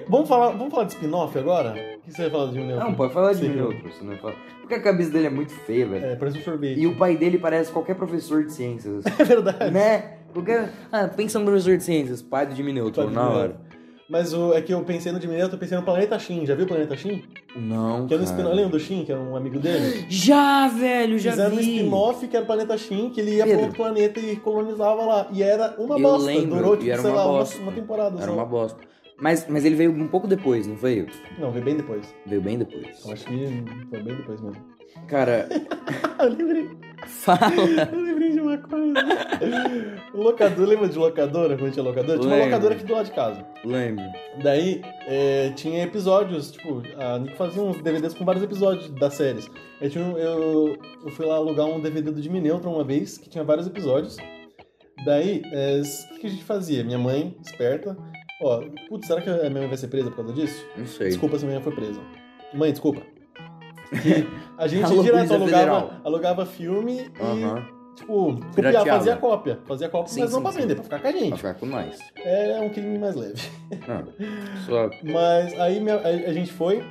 [SPEAKER 2] vamos, falar, vamos falar de spin-off agora? O que você vai falar de Jimmy Neutron?
[SPEAKER 1] Não, pode falar de
[SPEAKER 2] Sim.
[SPEAKER 1] Diminuto. Você não fala. Porque a cabeça dele é muito feia, velho.
[SPEAKER 2] É, parece um sorvete.
[SPEAKER 1] E o pai dele parece qualquer professor de ciências.
[SPEAKER 2] É verdade.
[SPEAKER 1] né? Qualquer... Ah, pensa no professor de ciências, pai do Jimmy Neutron,
[SPEAKER 2] Pode
[SPEAKER 1] na
[SPEAKER 2] ver.
[SPEAKER 1] hora.
[SPEAKER 2] Mas o, é que eu pensei no Jimmy Neutron, eu pensei no Planeta Shin. Já viu o Planeta Shin?
[SPEAKER 1] Não,
[SPEAKER 2] Que era um
[SPEAKER 1] cara.
[SPEAKER 2] spin-off. Lembra do Shin, que era um amigo dele?
[SPEAKER 1] Já, velho, já
[SPEAKER 2] Fizeram um
[SPEAKER 1] vi.
[SPEAKER 2] spin-off que era o Planeta Shin, que ele ia
[SPEAKER 1] Pedro.
[SPEAKER 2] pra outro planeta e colonizava lá. E era uma
[SPEAKER 1] Eu
[SPEAKER 2] bosta.
[SPEAKER 1] lembro,
[SPEAKER 2] Durou, tipo,
[SPEAKER 1] e era
[SPEAKER 2] sei
[SPEAKER 1] uma
[SPEAKER 2] lá, uma,
[SPEAKER 1] bosta.
[SPEAKER 2] uma temporada
[SPEAKER 1] Era
[SPEAKER 2] só.
[SPEAKER 1] uma bosta. Mas, mas ele veio um pouco depois, não veio?
[SPEAKER 2] Não, veio bem depois.
[SPEAKER 1] Veio bem depois.
[SPEAKER 2] Eu acho que foi bem depois mesmo.
[SPEAKER 1] Cara,
[SPEAKER 2] eu lembrei.
[SPEAKER 1] fala.
[SPEAKER 2] Eu lembrei de uma coisa. Locador, lembra de locadora? Quando tinha locadora? Tinha uma
[SPEAKER 1] Lembro.
[SPEAKER 2] locadora aqui do lado de casa.
[SPEAKER 1] Lembro.
[SPEAKER 2] Daí, é, tinha episódios, tipo, a Nick fazia uns DVDs com vários episódios das séries. Eu, tinha um- eu, eu fui lá alugar um DVD do Jimmy Neutron uma vez, que tinha vários episódios. Daí, é, s- o que que a gente fazia? Minha mãe, esperta, ó, putz, será que a minha mãe vai ser presa por causa disso?
[SPEAKER 1] Não sei.
[SPEAKER 2] Desculpa se minha mãe foi presa. Mãe, desculpa. Que a gente
[SPEAKER 1] Alô,
[SPEAKER 2] direto
[SPEAKER 1] Polícia
[SPEAKER 2] alugava,
[SPEAKER 1] Federal.
[SPEAKER 2] alugava filme e,
[SPEAKER 1] Aham.
[SPEAKER 2] tipo, copiava,
[SPEAKER 1] Pirateava.
[SPEAKER 2] fazia cópia. Fazia cópia,
[SPEAKER 1] Sim,
[SPEAKER 2] mas não
[SPEAKER 1] sim,
[SPEAKER 2] pra
[SPEAKER 1] sim.
[SPEAKER 2] vender, pra ficar com a gente.
[SPEAKER 1] Vai ficar com nós.
[SPEAKER 2] É um crime mais leve.
[SPEAKER 1] Não. Só...
[SPEAKER 2] Mas aí minha- a, a gente foi.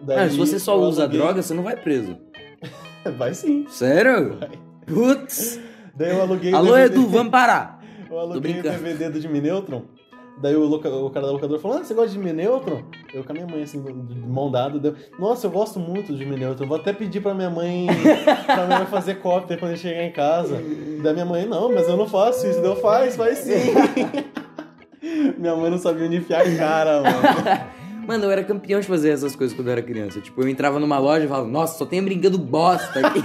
[SPEAKER 2] daí
[SPEAKER 1] Cara, Ah, se você só
[SPEAKER 2] eu
[SPEAKER 1] usa
[SPEAKER 2] aluguei-
[SPEAKER 1] droga, você não vai preso.
[SPEAKER 2] Vai sim.
[SPEAKER 1] Sério?
[SPEAKER 2] Vai.
[SPEAKER 1] Putz.
[SPEAKER 2] Daí eu aluguei. o
[SPEAKER 1] Alô,
[SPEAKER 2] DVD
[SPEAKER 1] Edu, vamos parar.
[SPEAKER 2] Eu aluguei o
[SPEAKER 1] brincando.
[SPEAKER 2] DVD do Jimmy Neutron. Daí o, loca- o cara da locadora falou: Ah, você gosta de Jimmy Neutron? Eu com a minha mãe, assim, do- de mão dada. Deu, Nossa, eu gosto muito de Jimmy Neutron. Vou até pedir pra minha mãe, pra minha mãe fazer cópia quando eu chegar em casa. Daí minha mãe: Não, mas eu não faço isso. Deu, faz, faz sim. minha mãe não sabia onde enfiar a cara, mano.
[SPEAKER 1] Mano, eu era campeão de fazer essas coisas quando eu era criança. Tipo, eu entrava numa loja e falava, nossa, só tem brincando bosta aqui.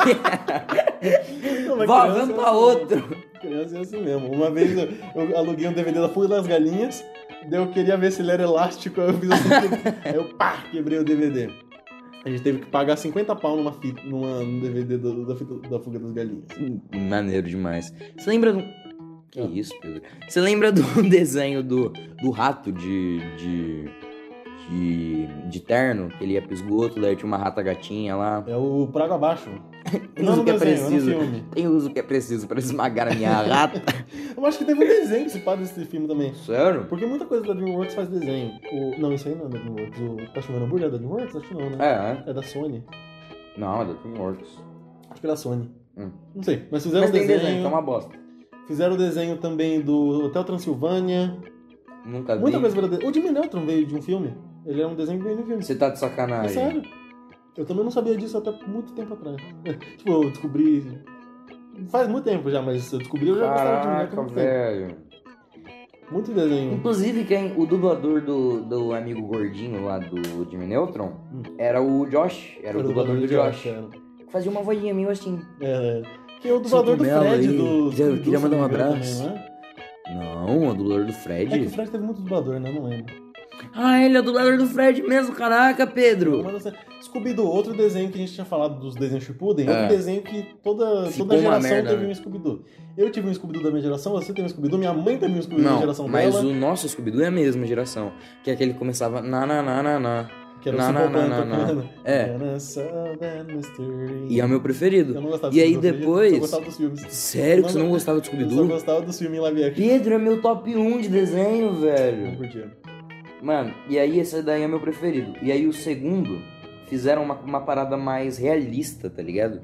[SPEAKER 2] Não, mas
[SPEAKER 1] Vó,
[SPEAKER 2] criança
[SPEAKER 1] vamos
[SPEAKER 2] é
[SPEAKER 1] pra
[SPEAKER 2] assim.
[SPEAKER 1] outro.
[SPEAKER 2] Criança é assim mesmo. Uma vez eu, eu aluguei um DVD da Fuga das Galinhas, daí eu queria ver se ele era elástico, aí eu fiz assim, que- aí eu pá, quebrei o DVD. A gente teve que pagar 50 pau numa fita, numa, num DVD do- da, fita- da Fuga das Galinhas.
[SPEAKER 1] Maneiro demais. Você lembra do. Que
[SPEAKER 2] Ah.
[SPEAKER 1] isso, Pedro? Você lembra do desenho do, do rato de. de. de, de terno? Que ele ia pro esgoto, daí tinha uma rata gatinha lá.
[SPEAKER 2] É o Prago Abaixo.
[SPEAKER 1] Uso
[SPEAKER 2] Não no
[SPEAKER 1] que é
[SPEAKER 2] desenho, é no
[SPEAKER 1] preciso.
[SPEAKER 2] filme.
[SPEAKER 1] Tem uso que é preciso pra esmagar a minha rata.
[SPEAKER 2] Eu acho que teve um desenho que se faz desse filme também.
[SPEAKER 1] Sério?
[SPEAKER 2] Porque muita coisa da DreamWorks faz desenho. O- não, isso aí não é da DreamWorks. O, tá chamando hambúrguer? É da DreamWorks? Acho que não, né?
[SPEAKER 1] É,
[SPEAKER 2] É da Sony.
[SPEAKER 1] não, é da Dreamworks.
[SPEAKER 2] Acho que é da Sony.
[SPEAKER 1] Hum.
[SPEAKER 2] Não sei, mas fizeram
[SPEAKER 1] Mas
[SPEAKER 2] um
[SPEAKER 1] tem
[SPEAKER 2] desenho.
[SPEAKER 1] desenho, que é uma bosta.
[SPEAKER 2] Fizeram o desenho também do Hotel Transilvânia.
[SPEAKER 1] Nunca vi.
[SPEAKER 2] Muita coisa verdadeira. O Jimmy Neutron veio de um filme. Ele era um desenho que veio de um filme.
[SPEAKER 1] Você tá de
[SPEAKER 2] É
[SPEAKER 1] sacanagem.
[SPEAKER 2] sério. Eu também não sabia disso até muito tempo atrás. tipo, eu descobri. Faz muito tempo já, mas eu descobri eu já gostava de Jimmy Neutron.
[SPEAKER 1] Caraca,
[SPEAKER 2] há muito tempo.
[SPEAKER 1] velho.
[SPEAKER 2] Muito desenho.
[SPEAKER 1] Inclusive, quem, o dublador do, do amigo gordinho lá do Jimmy Neutron
[SPEAKER 2] Hum.
[SPEAKER 1] era o Josh. Era, o dublador do Josh.
[SPEAKER 2] era.
[SPEAKER 1] Fazia uma vozinha meio assim.
[SPEAKER 2] É, é. Que é o dublador do
[SPEAKER 1] Cogumelo
[SPEAKER 2] Fred
[SPEAKER 1] aí.
[SPEAKER 2] do.
[SPEAKER 1] Já, eu
[SPEAKER 2] do-
[SPEAKER 1] queria
[SPEAKER 2] do-
[SPEAKER 1] mandar um
[SPEAKER 2] também,
[SPEAKER 1] abraço.
[SPEAKER 2] né?
[SPEAKER 1] Não, o dublador do
[SPEAKER 2] É que o
[SPEAKER 1] Fred.
[SPEAKER 2] Fred teve muito dublador, né? Não lembro.
[SPEAKER 1] Ah, ele é o dublador do Fred mesmo, caraca, Pedro.
[SPEAKER 2] Mas, assim, Scooby-Doo, outro desenho que a gente tinha falado dos desenhos Shippuden,
[SPEAKER 1] É.
[SPEAKER 2] outro desenho que toda,
[SPEAKER 1] Ficou
[SPEAKER 2] toda
[SPEAKER 1] uma
[SPEAKER 2] geração
[SPEAKER 1] merda,
[SPEAKER 2] teve
[SPEAKER 1] né?
[SPEAKER 2] um Scooby-Doo. Eu tive um Scooby-Doo da minha geração, você teve um Scooby-Doo, minha mãe teve um Scooby-Doo da
[SPEAKER 1] Não,
[SPEAKER 2] geração
[SPEAKER 1] mas
[SPEAKER 2] dela.
[SPEAKER 1] o nosso Scooby-Doo é a mesma geração. Que é aquele que começava na na na na na.
[SPEAKER 2] Que era o
[SPEAKER 1] Não,
[SPEAKER 2] Simple
[SPEAKER 1] não,
[SPEAKER 2] Plan
[SPEAKER 1] não, não,
[SPEAKER 2] tocando.
[SPEAKER 1] É,
[SPEAKER 2] Era Southern Mystery.
[SPEAKER 1] e é o meu preferido.
[SPEAKER 2] Eu não gostava
[SPEAKER 1] E
[SPEAKER 2] do
[SPEAKER 1] aí
[SPEAKER 2] Scooby-Doo,
[SPEAKER 1] depois-
[SPEAKER 2] Eu gostava dos filmes.
[SPEAKER 1] Sério que você não gostava do
[SPEAKER 2] Eu só
[SPEAKER 1] Scooby-Doo?
[SPEAKER 2] gostava dos filmes em live action.
[SPEAKER 1] Pedro é meu top 1 de desenho,
[SPEAKER 2] Não
[SPEAKER 1] velho.
[SPEAKER 2] curtia.
[SPEAKER 1] Mano, e aí esse daí é meu preferido. E aí o segundo, fizeram uma, uma parada mais realista, tá ligado?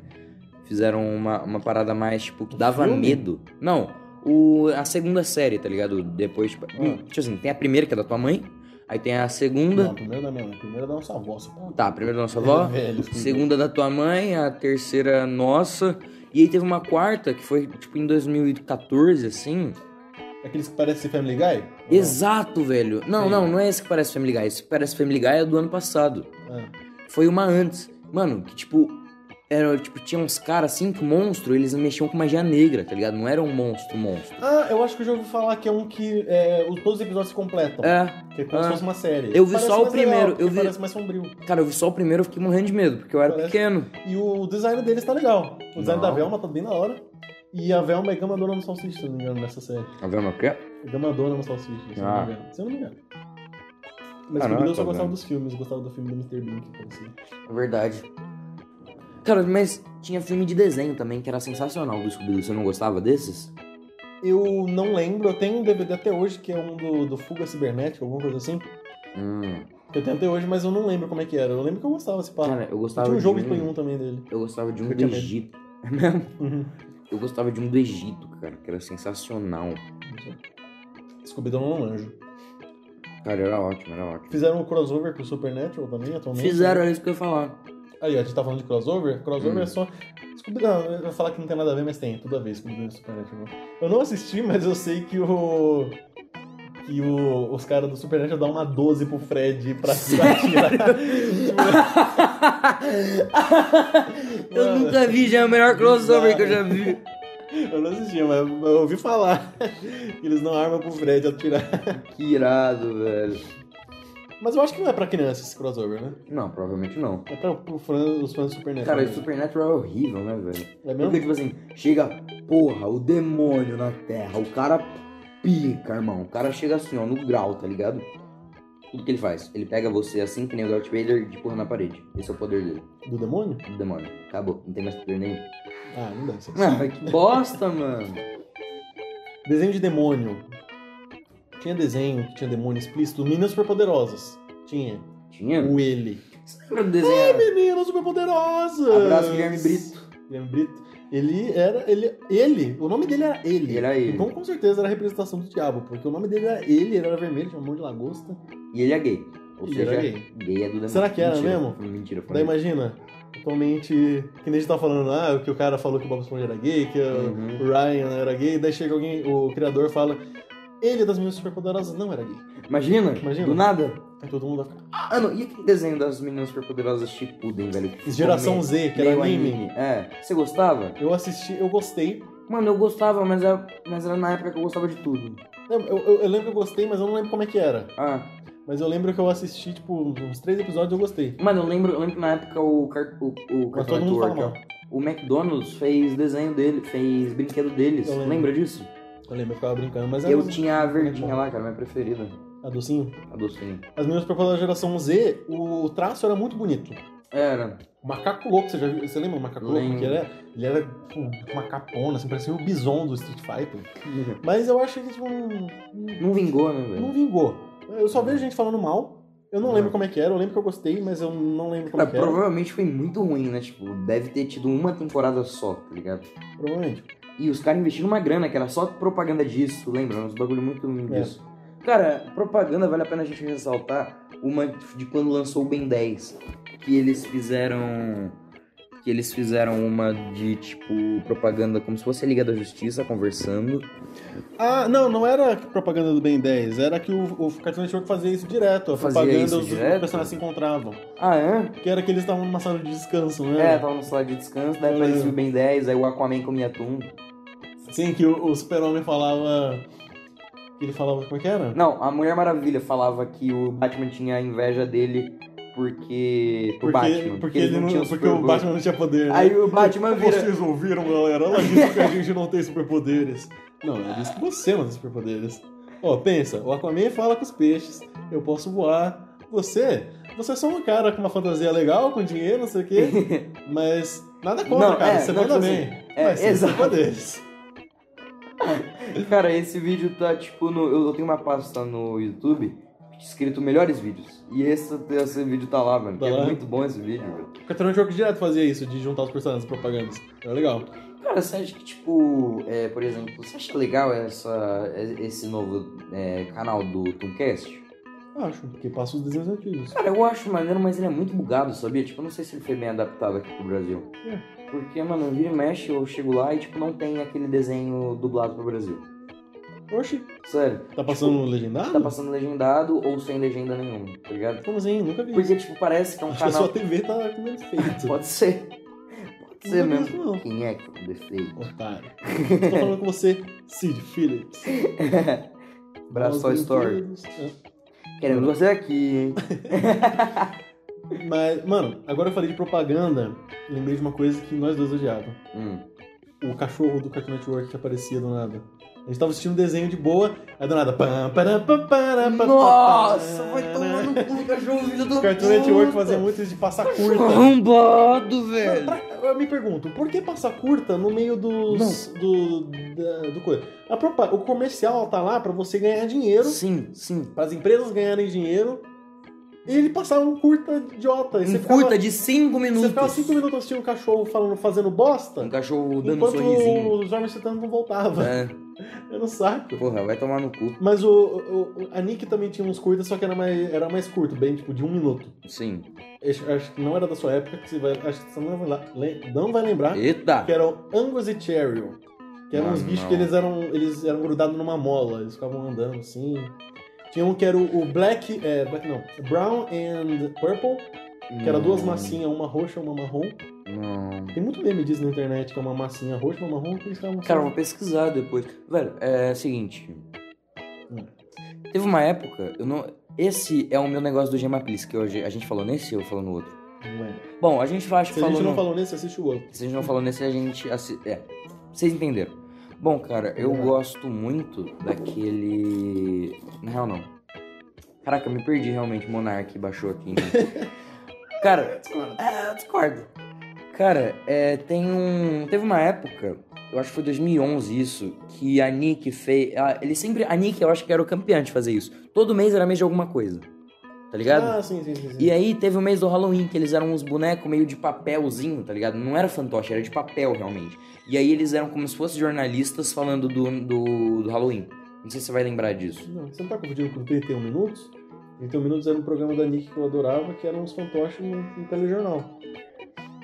[SPEAKER 1] Fizeram uma, uma parada mais, tipo, que
[SPEAKER 2] Um
[SPEAKER 1] dava
[SPEAKER 2] filme?
[SPEAKER 1] medo. Não, o, a segunda série, tá ligado? Depois, tipo,
[SPEAKER 2] Ah.
[SPEAKER 1] hum, tipo assim, tem a primeira que é da tua mãe, aí tem a segunda.
[SPEAKER 2] Não, É primeiro da minha mãe. Primeiro da nossa avó. só pra-
[SPEAKER 1] Tá, a primeira da nossa avó,
[SPEAKER 2] Velho, Scooby-Doo.
[SPEAKER 1] segunda da tua mãe, a terceira nossa. E aí teve uma quarta, que foi, tipo, em 2014, assim.
[SPEAKER 2] Aqueles que parecem Family Guy?
[SPEAKER 1] Exato, velho. Não,
[SPEAKER 2] Sim.
[SPEAKER 1] não, não é esse que parece Family Guy. Esse que parece Family Guy é do ano passado.
[SPEAKER 2] Ah,
[SPEAKER 1] Foi uma antes. Mano, que tipo. Era, tipo, tinha uns caras assim que monstro, eles mexiam com magia negra, tá ligado? Não era um monstro, monstro.
[SPEAKER 2] Ah, eu acho que eu já ouvi falar que é um que é, os- todos os episódios se completam.
[SPEAKER 1] É,
[SPEAKER 2] Que é como
[SPEAKER 1] Ah.
[SPEAKER 2] se fosse uma série.
[SPEAKER 1] Eu vi
[SPEAKER 2] Parece
[SPEAKER 1] só o
[SPEAKER 2] mais
[SPEAKER 1] primeiro,
[SPEAKER 2] porque
[SPEAKER 1] eu vi-
[SPEAKER 2] Parece mais sombrio.
[SPEAKER 1] cara, eu vi só o primeiro, eu fiquei morrendo de medo, porque eu era
[SPEAKER 2] Parece-
[SPEAKER 1] pequeno.
[SPEAKER 2] E o design deles tá legal. O design
[SPEAKER 1] Não.
[SPEAKER 2] da Velma tá bem na hora. E a Velma é Gamadora no Salsicha, se eu não me engano, nessa série. É
[SPEAKER 1] Tá vendo o quê?
[SPEAKER 2] Gamadora no Salsicha, se eu
[SPEAKER 1] Ah.
[SPEAKER 2] não me engano. Se eu não me engano. Mas
[SPEAKER 1] Ah, não,
[SPEAKER 2] Scooby-Doo eu só
[SPEAKER 1] tá
[SPEAKER 2] gostava
[SPEAKER 1] vendo.
[SPEAKER 2] dos filmes, eu gostava do filme do Mr. Bean que parecia.
[SPEAKER 1] É verdade. Cara, mas tinha filme de desenho também, que era sensacional do Scooby-Doo. Você não gostava desses?
[SPEAKER 2] Eu não lembro, eu tenho um DVD até hoje que é um do, do Fuga Cibernética, alguma coisa assim.
[SPEAKER 1] Hum.
[SPEAKER 2] Eu tenho até hoje, mas eu não lembro como é que era. Eu lembro que eu gostava desse papo.
[SPEAKER 1] Cara, eu
[SPEAKER 2] Tinha
[SPEAKER 1] gostava
[SPEAKER 2] um jogo de
[SPEAKER 1] de
[SPEAKER 2] Play 1 também dele.
[SPEAKER 1] Eu gostava de um
[SPEAKER 2] Eu
[SPEAKER 1] do
[SPEAKER 2] tinha medo.
[SPEAKER 1] Egito. É mesmo?
[SPEAKER 2] Uhum.
[SPEAKER 1] Eu gostava de um do Egito, cara, que era sensacional.
[SPEAKER 2] Scooby-Doo não é um anjo.
[SPEAKER 1] Cara, era ótimo, era ótimo.
[SPEAKER 2] Fizeram o crossover com o Supernatural também, né? atualmente.
[SPEAKER 1] Fizeram, era isso que eu ia falar.
[SPEAKER 2] Aí, ó, a gente tá falando de crossover. Crossover
[SPEAKER 1] Hum.
[SPEAKER 2] é só. Scooby-Doo, não, eu vou falar que não tem nada a ver, mas tem, tudo a ver, Scooby-Doo e Supernatural. Eu não assisti, mas eu sei que o. Que o, os caras do Supernatural dão uma 12 pro Fred pra pra tirar.
[SPEAKER 1] eu nunca vi, já é o melhor crossover que eu já vi.
[SPEAKER 2] eu não assisti, mas eu ouvi falar que eles dão arma pro Fred atirar.
[SPEAKER 1] Que irado, velho.
[SPEAKER 2] Mas eu acho que não é pra criança esse crossover, né?
[SPEAKER 1] Não, provavelmente não.
[SPEAKER 2] É pra, pro fã, os fãs do Supernatural.
[SPEAKER 1] Cara, o
[SPEAKER 2] mesmo.
[SPEAKER 1] Supernatural é horrível, né, velho?
[SPEAKER 2] É mesmo?
[SPEAKER 1] Porque, tipo assim, chega, porra, o demônio na Terra, o cara pica, irmão. O cara chega assim, ó, no grau, tá ligado? Tudo que ele faz, ele pega você assim, que nem o Darth Vader, e te porra na parede. Esse é o poder dele,
[SPEAKER 2] Do demônio?
[SPEAKER 1] do demônio. Acabou, não tem mais poder nenhum.
[SPEAKER 2] Ah, não deve ser.
[SPEAKER 1] Mano, mas que bosta, mano.
[SPEAKER 2] Desenho de demônio. Tinha desenho que tinha demônio explícito. Meninas superpoderosas. Tinha.
[SPEAKER 1] Tinha?
[SPEAKER 2] O ele.
[SPEAKER 1] Você lembra do desenho?
[SPEAKER 2] Meninas superpoderosas!
[SPEAKER 1] Abraço, Guilherme Brito.
[SPEAKER 2] Guilherme Brito. Ele era. Ele, ele. O nome dele era ele.
[SPEAKER 1] Ele era ele.
[SPEAKER 2] Então com certeza era a representação do diabo, porque o nome dele era ele, ele era vermelho, tinha mão de lagosta.
[SPEAKER 1] E ele é gay. Ou
[SPEAKER 2] E
[SPEAKER 1] seja,
[SPEAKER 2] ele é gay.
[SPEAKER 1] é do demônio.
[SPEAKER 2] Será que era
[SPEAKER 1] Mentira.
[SPEAKER 2] mesmo?
[SPEAKER 1] Mentira, foi.
[SPEAKER 2] Daí imagina, atualmente, que nem a gente tá falando, ah, que o cara falou que o Bob Esponja era gay, que o
[SPEAKER 1] Uhum.
[SPEAKER 2] Ryan era gay, daí chega alguém, o criador fala, ele é das meninas superpoderosas não era gay.
[SPEAKER 1] Imagina,
[SPEAKER 2] Imagina.
[SPEAKER 1] do nada.
[SPEAKER 2] Aí todo mundo vai ficar,
[SPEAKER 1] Ah, não, e aquele desenho das meninas superpoderosas Shippuden, velho? Que ficou
[SPEAKER 2] geração
[SPEAKER 1] meio-
[SPEAKER 2] Z, que era
[SPEAKER 1] meio
[SPEAKER 2] anime.
[SPEAKER 1] É, você gostava?
[SPEAKER 2] Eu assisti, eu gostei.
[SPEAKER 1] Mano, eu gostava, mas era, mas era na época que eu gostava de tudo.
[SPEAKER 2] Eu, eu- eu lembro que eu gostei, mas eu não lembro como é que era.
[SPEAKER 1] Ah,
[SPEAKER 2] Mas eu lembro que eu assisti, tipo, uns três episódios e eu gostei.
[SPEAKER 1] mano, eu lembro, eu lembro que na época o, car- o, o
[SPEAKER 2] Mas
[SPEAKER 1] Cartoon
[SPEAKER 2] todo mundo fala
[SPEAKER 1] Network,
[SPEAKER 2] mal.
[SPEAKER 1] ó, o McDonald's fez desenho dele, fez brinquedo deles.
[SPEAKER 2] Eu lembro.
[SPEAKER 1] Lembra disso?
[SPEAKER 2] Eu lembro, eu ficava brincando, mas era
[SPEAKER 1] Eu
[SPEAKER 2] um-
[SPEAKER 1] tinha a verdinha
[SPEAKER 2] bom.
[SPEAKER 1] lá, cara, minha preferida.
[SPEAKER 2] a docinho.
[SPEAKER 1] A docinha.
[SPEAKER 2] As meninas superpoderosas da geração Z, o traço era muito bonito.
[SPEAKER 1] Era.
[SPEAKER 2] O macaco louco, você já viu? Você lembra o macaco louco?
[SPEAKER 1] Lembro.
[SPEAKER 2] Porque ele era, ele era tipo, uma capona, assim, parecia o bison do Street Fighter. Mas eu acho que tipo, não,
[SPEAKER 1] Não vingou, né,
[SPEAKER 2] não
[SPEAKER 1] velho?
[SPEAKER 2] vingou. Eu só vejo gente falando mal. Eu não
[SPEAKER 1] Não.
[SPEAKER 2] lembro como é que era, eu lembro que eu gostei, mas eu não lembro como
[SPEAKER 1] Ah,
[SPEAKER 2] é que era.
[SPEAKER 1] provavelmente foi muito ruim, né? Tipo, deve ter tido uma temporada só, tá ligado?
[SPEAKER 2] Provavelmente.
[SPEAKER 1] E os caras investiram uma grana, que era só propaganda disso, lembra? Uns bagulho muito ruim
[SPEAKER 2] É.
[SPEAKER 1] disso. Cara, propaganda vale a pena a gente ressaltar uma de quando lançou o Ben 10. Que eles fizeram. Que eles fizeram uma de tipo propaganda como se fosse a Liga da Justiça conversando.
[SPEAKER 2] Ah, não, não era propaganda do Ben 10, era que o, o Cartoon Network fazia isso direto. A
[SPEAKER 1] Fazia
[SPEAKER 2] propaganda
[SPEAKER 1] isso
[SPEAKER 2] os
[SPEAKER 1] direto?
[SPEAKER 2] personagens se encontravam.
[SPEAKER 1] Ah, é?
[SPEAKER 2] Que era que eles estavam numa sala de descanso, né?
[SPEAKER 1] É, tava no sala de descanso, daí
[SPEAKER 2] Eu
[SPEAKER 1] apareceu o
[SPEAKER 2] lembro.
[SPEAKER 1] Ben 10, aí o Aquaman comia atum.
[SPEAKER 2] Sim, que o, o super-homem falava. Que ele falava como é que era?
[SPEAKER 1] Não, a Mulher Maravilha falava que o Batman tinha inveja dele porque. pro
[SPEAKER 2] Porque,
[SPEAKER 1] Batman.
[SPEAKER 2] porque,
[SPEAKER 1] eles
[SPEAKER 2] ele não,
[SPEAKER 1] tinham
[SPEAKER 2] porque o
[SPEAKER 1] superpoder.
[SPEAKER 2] Batman não tinha poder. né?
[SPEAKER 1] Aí o Batman vira.
[SPEAKER 2] Vocês ouviram, galera? Ela disse que a gente não tem superpoderes. Não, ela disse que você não tem superpoderes. Ó, pensa, o Aquaman fala com os peixes, eu posso voar. Você, você é só um cara com uma fantasia legal, com dinheiro, não sei o quê, mas nada contra,
[SPEAKER 1] Não,
[SPEAKER 2] cara,
[SPEAKER 1] é,
[SPEAKER 2] você
[SPEAKER 1] não,
[SPEAKER 2] manda
[SPEAKER 1] tipo
[SPEAKER 2] bem.
[SPEAKER 1] é,
[SPEAKER 2] mas sem
[SPEAKER 1] exato.
[SPEAKER 2] superpoderes.
[SPEAKER 1] Cara, esse vídeo tá tipo no. Eu, eu tenho uma pasta no YouTube escrito melhores vídeos. E esse, esse vídeo tá lá, mano.
[SPEAKER 2] Tá
[SPEAKER 1] que
[SPEAKER 2] lá?
[SPEAKER 1] É muito bom esse vídeo, velho.
[SPEAKER 2] O Catarina Jogo direto fazia isso, de juntar os personagens e propagandas. Era legal.
[SPEAKER 1] Cara, você acha que, tipo, é, por exemplo, você acha legal essa, esse novo é, canal do Tooncast?
[SPEAKER 2] Acho, porque passa os desenhos antigos.
[SPEAKER 1] Cara, eu acho maneiro, mas ele é muito bugado, sabia? Tipo, eu não sei se ele foi bem adaptado aqui pro Brasil.
[SPEAKER 2] É.
[SPEAKER 1] Porque, mano, vira e mexe, eu chego lá e, tipo, não tem aquele desenho dublado pro Brasil.
[SPEAKER 2] Oxi,
[SPEAKER 1] Sério,
[SPEAKER 2] tá passando legendário?
[SPEAKER 1] tá passando legendado ou sem legenda nenhuma, tá ligado?
[SPEAKER 2] Como assim? Nunca vi.
[SPEAKER 1] Porque, tipo, parece que é um
[SPEAKER 2] Acho que a
[SPEAKER 1] canal.
[SPEAKER 2] sua TV tá com defeito.
[SPEAKER 1] Pode ser. Pode ser
[SPEAKER 2] Não é
[SPEAKER 1] mesmo.
[SPEAKER 2] isso, não.
[SPEAKER 1] Quem é que tá com defeito?
[SPEAKER 2] Otário. Tô falando com você, Sid Phillips.
[SPEAKER 1] Braço
[SPEAKER 2] Nós
[SPEAKER 1] Story.
[SPEAKER 2] brinquedos. É.
[SPEAKER 1] Queremos você aqui, hein?
[SPEAKER 2] Mas, mano, agora eu falei de propaganda, lembrei de uma coisa que nós dois odiávamos.
[SPEAKER 1] Hum.
[SPEAKER 2] O cachorro do Cartoon Network que aparecia do nada. A gente tava assistindo um desenho de boa, aí do nada. Pam, para, pa, para, pa, pa,
[SPEAKER 1] Nossa,
[SPEAKER 2] pa,
[SPEAKER 1] foi tomando cu, cachorro, filho do
[SPEAKER 2] O Cartoon né? Network fazia muito isso de passar curta.
[SPEAKER 1] Arrombado,
[SPEAKER 2] Mas
[SPEAKER 1] velho.
[SPEAKER 2] pra- Eu me pergunto, por que passar curta no meio dos. do. da- do coisa? A propa- o comercial tá lá pra você ganhar dinheiro
[SPEAKER 1] Sim, sim.
[SPEAKER 2] para as empresas ganharem dinheiro. E ele passava um curta idiota. E você
[SPEAKER 1] Um
[SPEAKER 2] ficava,
[SPEAKER 1] curta de 5
[SPEAKER 2] você
[SPEAKER 1] minutos.
[SPEAKER 2] ficava cinco minutos assistindo o cachorro falando, fazendo
[SPEAKER 1] Um
[SPEAKER 2] bosta,
[SPEAKER 1] cachorro dando um
[SPEAKER 2] enquanto
[SPEAKER 1] sorrisinho.
[SPEAKER 2] o Jorge Citano não voltava.
[SPEAKER 1] É,
[SPEAKER 2] Era um saco.
[SPEAKER 1] porra, vai tomar no cu.
[SPEAKER 2] Mas o, o- o- a Nick também tinha uns curtas, só que era mais, era mais curto, bem tipo de um minuto.
[SPEAKER 1] Sim.
[SPEAKER 2] Acho, acho que não era da sua época, que você vai, acho que você não vai, lá- le- não vai lembrar,
[SPEAKER 1] Eita.
[SPEAKER 2] que eram Angus e Cheryl. Que eram
[SPEAKER 1] Ah,
[SPEAKER 2] uns bichos
[SPEAKER 1] não.
[SPEAKER 2] que eles eram, eles eram grudados numa mola, eles ficavam andando assim. Tinha um que era o o Black. É, Black não. Brown and Purple, que era duas
[SPEAKER 1] Não,
[SPEAKER 2] massinhas, uma roxa e uma marrom.
[SPEAKER 1] Não.
[SPEAKER 2] Tem muito meme disso na internet, que é uma massinha roxa e uma marrom, que eles ficavam
[SPEAKER 1] Cara, eu
[SPEAKER 2] assim.
[SPEAKER 1] vou pesquisar depois. Velho, é o seguinte.
[SPEAKER 2] Hum.
[SPEAKER 1] Teve uma época, eu não. Esse é o meu negócio do Gemaplis, que hoje a gente falou nesse ou falou no outro?
[SPEAKER 2] Não é.
[SPEAKER 1] Bom, a gente acho que
[SPEAKER 2] Se a
[SPEAKER 1] falou.
[SPEAKER 2] gente não
[SPEAKER 1] no-
[SPEAKER 2] falou nesse, assiste o outro.
[SPEAKER 1] Se a gente não falou nesse, a gente. assi- É. Vocês entenderam. Bom, cara, eu
[SPEAKER 2] Entenderam.
[SPEAKER 1] gosto muito daquele. Na real, não. Caraca, eu me perdi realmente. Monark baixou aqui. em mim. cara, é, eu discordo. Cara, é, tem um. Teve uma época, eu acho que foi 2011 isso, que a Nick fez. ah, Ele sempre. A Nick, eu acho que era o campeão de fazer isso. Todo mês era mês de alguma coisa. Tá tá ligado?
[SPEAKER 2] Ah, sim, sim, sim. sim.
[SPEAKER 1] E aí teve o mês do Halloween, que eles eram uns bonecos meio de papelzinho, tá ligado? Não era fantoche, era de papel realmente. E aí eles eram como se fossem jornalistas falando do, do, do Halloween. Não sei se você vai lembrar disso.
[SPEAKER 2] Não, você não tá confundindo com 31 Minutos? 31 Minutos era um programa da Nick que eu adorava, que era uns fantoches no, no telejornal.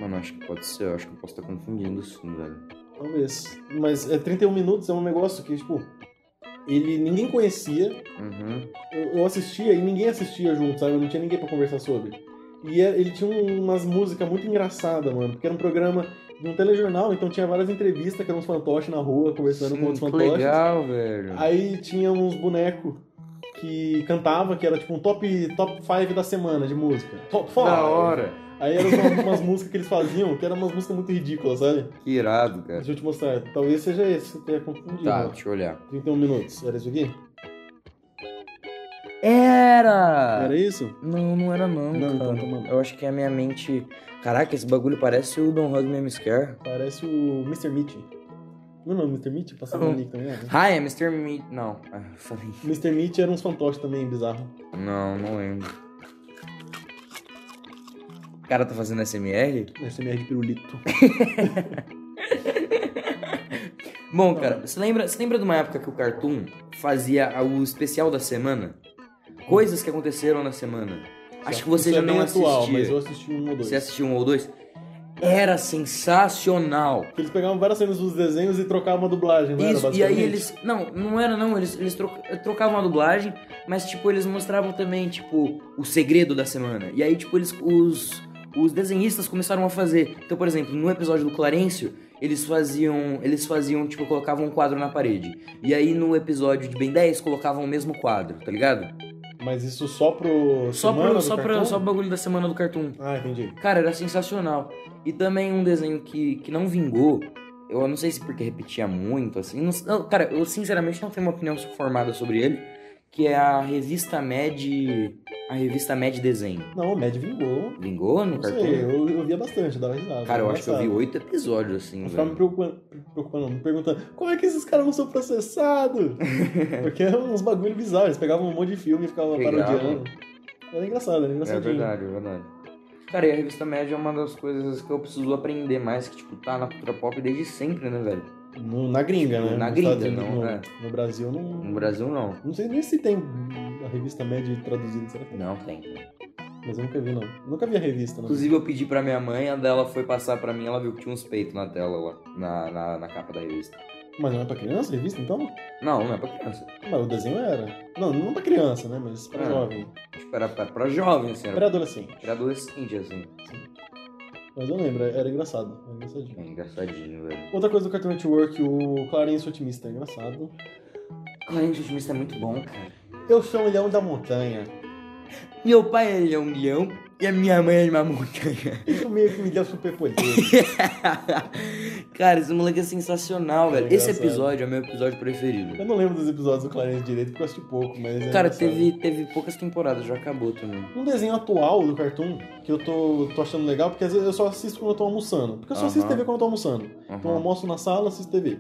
[SPEAKER 1] Mano, acho que pode ser, eu acho que eu posso estar confundindo sim, velho.
[SPEAKER 2] Talvez. Mas é, 31 Minutos é um negócio que, tipo, ele ninguém conhecia,
[SPEAKER 1] Uhum.
[SPEAKER 2] eu, eu assistia e ninguém assistia junto, sabe? Não tinha ninguém pra conversar sobre. E é- ele tinha um- umas músicas muito engraçadas, mano, porque era um programa de um telejornal, então tinha várias entrevistas que eram uns fantoches na rua conversando com
[SPEAKER 1] Hum,
[SPEAKER 2] outros
[SPEAKER 1] que
[SPEAKER 2] fantoches.
[SPEAKER 1] legal, velho.
[SPEAKER 2] Aí tinha uns bonecos que cantava, que era tipo um top 5 top five da semana de música. Top 5!
[SPEAKER 1] da hora.
[SPEAKER 2] Aí eram umas, umas músicas que eles faziam, que eram umas músicas muito ridículas, sabe?
[SPEAKER 1] Que irado, cara.
[SPEAKER 2] É. Deixa eu te mostrar. Talvez seja esse, que eu tenha confundido.
[SPEAKER 1] Tá,
[SPEAKER 2] ó.
[SPEAKER 1] deixa eu olhar.
[SPEAKER 2] 31 minutos. Era isso aqui?
[SPEAKER 1] Era!
[SPEAKER 2] Era isso?
[SPEAKER 1] Não, não era não,
[SPEAKER 2] Não,
[SPEAKER 1] cara.
[SPEAKER 2] então tá bom.
[SPEAKER 1] Eu acho que é a minha mente... Caraca, esse bagulho parece o Don't Hug Me, I'm Scared.
[SPEAKER 2] Parece o Mr. Meat. Não, não, Mr. Meat passava
[SPEAKER 1] Não.
[SPEAKER 2] no Nick também, né?
[SPEAKER 1] Hi, I'm Mr. Me... Não, ah, falei...
[SPEAKER 2] Mr. Meat era uns fantoches também, bizarro.
[SPEAKER 1] Não, não lembro. O cara tá fazendo SMR?
[SPEAKER 2] SMR de pirulito.
[SPEAKER 1] Bom, cara, você lembra, você lembra de uma época que o Cartoon fazia o especial da semana? Coisas que aconteceram na semana. Acho que você
[SPEAKER 2] Isso
[SPEAKER 1] já
[SPEAKER 2] é
[SPEAKER 1] não
[SPEAKER 2] bem atual,
[SPEAKER 1] assistia.
[SPEAKER 2] mas eu assisti um ou dois.
[SPEAKER 1] Você assistiu um ou dois? Era sensacional.
[SPEAKER 2] Eles pegavam várias cenas dos desenhos e trocavam a dublagem, não
[SPEAKER 1] Isso,
[SPEAKER 2] era,
[SPEAKER 1] e aí
[SPEAKER 2] basicamente?
[SPEAKER 1] eles. Não, não era não, eles, eles tro- trocavam a dublagem, mas tipo, eles mostravam também, tipo, o segredo da semana. E aí, tipo, eles. Os, os desenhistas começaram a fazer. Então, por exemplo, no episódio do Clarencio, eles faziam. Eles faziam, tipo, colocavam um quadro na parede. E aí no episódio de Ben 10 colocavam o mesmo quadro, tá ligado?
[SPEAKER 2] Mas isso só pro.
[SPEAKER 1] Só
[SPEAKER 2] Semana
[SPEAKER 1] pro,
[SPEAKER 2] do
[SPEAKER 1] só, pra,
[SPEAKER 2] Cartoon?
[SPEAKER 1] só pro bagulho da semana do cartoon.
[SPEAKER 2] Ah, entendi.
[SPEAKER 1] Cara, era sensacional. E também um desenho que, que não vingou. Eu não sei se porque repetia muito, assim. não- não, cara, eu sinceramente não tenho uma opinião formada sobre ele. Que é a revista Mad. A revista Mad Desenho.
[SPEAKER 2] Não, o Mad vingou.
[SPEAKER 1] Vingou no
[SPEAKER 2] Não sei,
[SPEAKER 1] cartão?
[SPEAKER 2] eu, eu via bastante, dava risada.
[SPEAKER 1] Cara, eu
[SPEAKER 2] era
[SPEAKER 1] acho que eu vi
[SPEAKER 2] engraçado.
[SPEAKER 1] oito episódios, assim,
[SPEAKER 2] Eu ficava tá
[SPEAKER 1] velho.
[SPEAKER 2] me preocupando, preocupando, me perguntando como é que esses caras não são processados? Porque eram uns bagulho bizarros. Eles pegavam um monte de filme e ficavam
[SPEAKER 1] Pegava.
[SPEAKER 2] parodiando. Era engraçado, era
[SPEAKER 1] É
[SPEAKER 2] engraçadinho.
[SPEAKER 1] verdade, é verdade. Cara, e a revista Mad é uma das coisas que eu preciso aprender mais, que, tipo, tá na cultura pop desde sempre, né, velho?
[SPEAKER 2] No- na gringa, né?
[SPEAKER 1] Na
[SPEAKER 2] Nos
[SPEAKER 1] gringa,
[SPEAKER 2] Estados Unidos,
[SPEAKER 1] não,
[SPEAKER 2] no,
[SPEAKER 1] é.
[SPEAKER 2] no Brasil, não.
[SPEAKER 1] No Brasil, não.
[SPEAKER 2] Não sei nem se tem a revista Mad traduzida, será que tem?
[SPEAKER 1] Não tem.
[SPEAKER 2] Mas eu nunca vi, não. Nunca vi a revista, não.
[SPEAKER 1] Inclusive eu pedi pra minha mãe, a dela foi passar pra mim, ela viu que tinha uns peitos na tela lá, na, na, na capa da revista.
[SPEAKER 2] Mas não é pra criança a revista, então?
[SPEAKER 1] Não, não é pra criança.
[SPEAKER 2] Mas o desenho era. Não, não pra criança, né? Mas pra
[SPEAKER 1] Ah.
[SPEAKER 2] jovem.
[SPEAKER 1] Tipo, era pra, pra jovem, assim,
[SPEAKER 2] Pra
[SPEAKER 1] era,
[SPEAKER 2] adolescente.
[SPEAKER 1] era adolescente, assim.
[SPEAKER 2] Mas eu lembro, era engraçado. Era engraçadinho.
[SPEAKER 1] É engraçadinho, velho.
[SPEAKER 2] Outra coisa do Cartoon Network, o Clarence Otimista é engraçado.
[SPEAKER 1] Clarence Otimista é muito bom, cara.
[SPEAKER 2] Eu sou o leão da montanha.
[SPEAKER 1] Meu pai, ele é um leão e a minha mãe é uma montanha.
[SPEAKER 2] Isso meio que me deu superpoder.
[SPEAKER 1] cara, esse moleque é sensacional,
[SPEAKER 2] É
[SPEAKER 1] velho. Esse
[SPEAKER 2] engraçado.
[SPEAKER 1] episódio é meu episódio preferido.
[SPEAKER 2] eu não lembro dos episódios do Clarence direito, porque eu assisti pouco, mas é
[SPEAKER 1] Cara,
[SPEAKER 2] engraçado.
[SPEAKER 1] teve, teve poucas temporadas, já acabou também.
[SPEAKER 2] Um desenho atual do Cartoon que eu tô, tô achando legal, porque às vezes eu só assisto quando eu tô almoçando. Porque eu só assisto
[SPEAKER 1] Aham.
[SPEAKER 2] TV quando eu tô almoçando. Então eu
[SPEAKER 1] Uhum.
[SPEAKER 2] almoço na sala, assisto TV.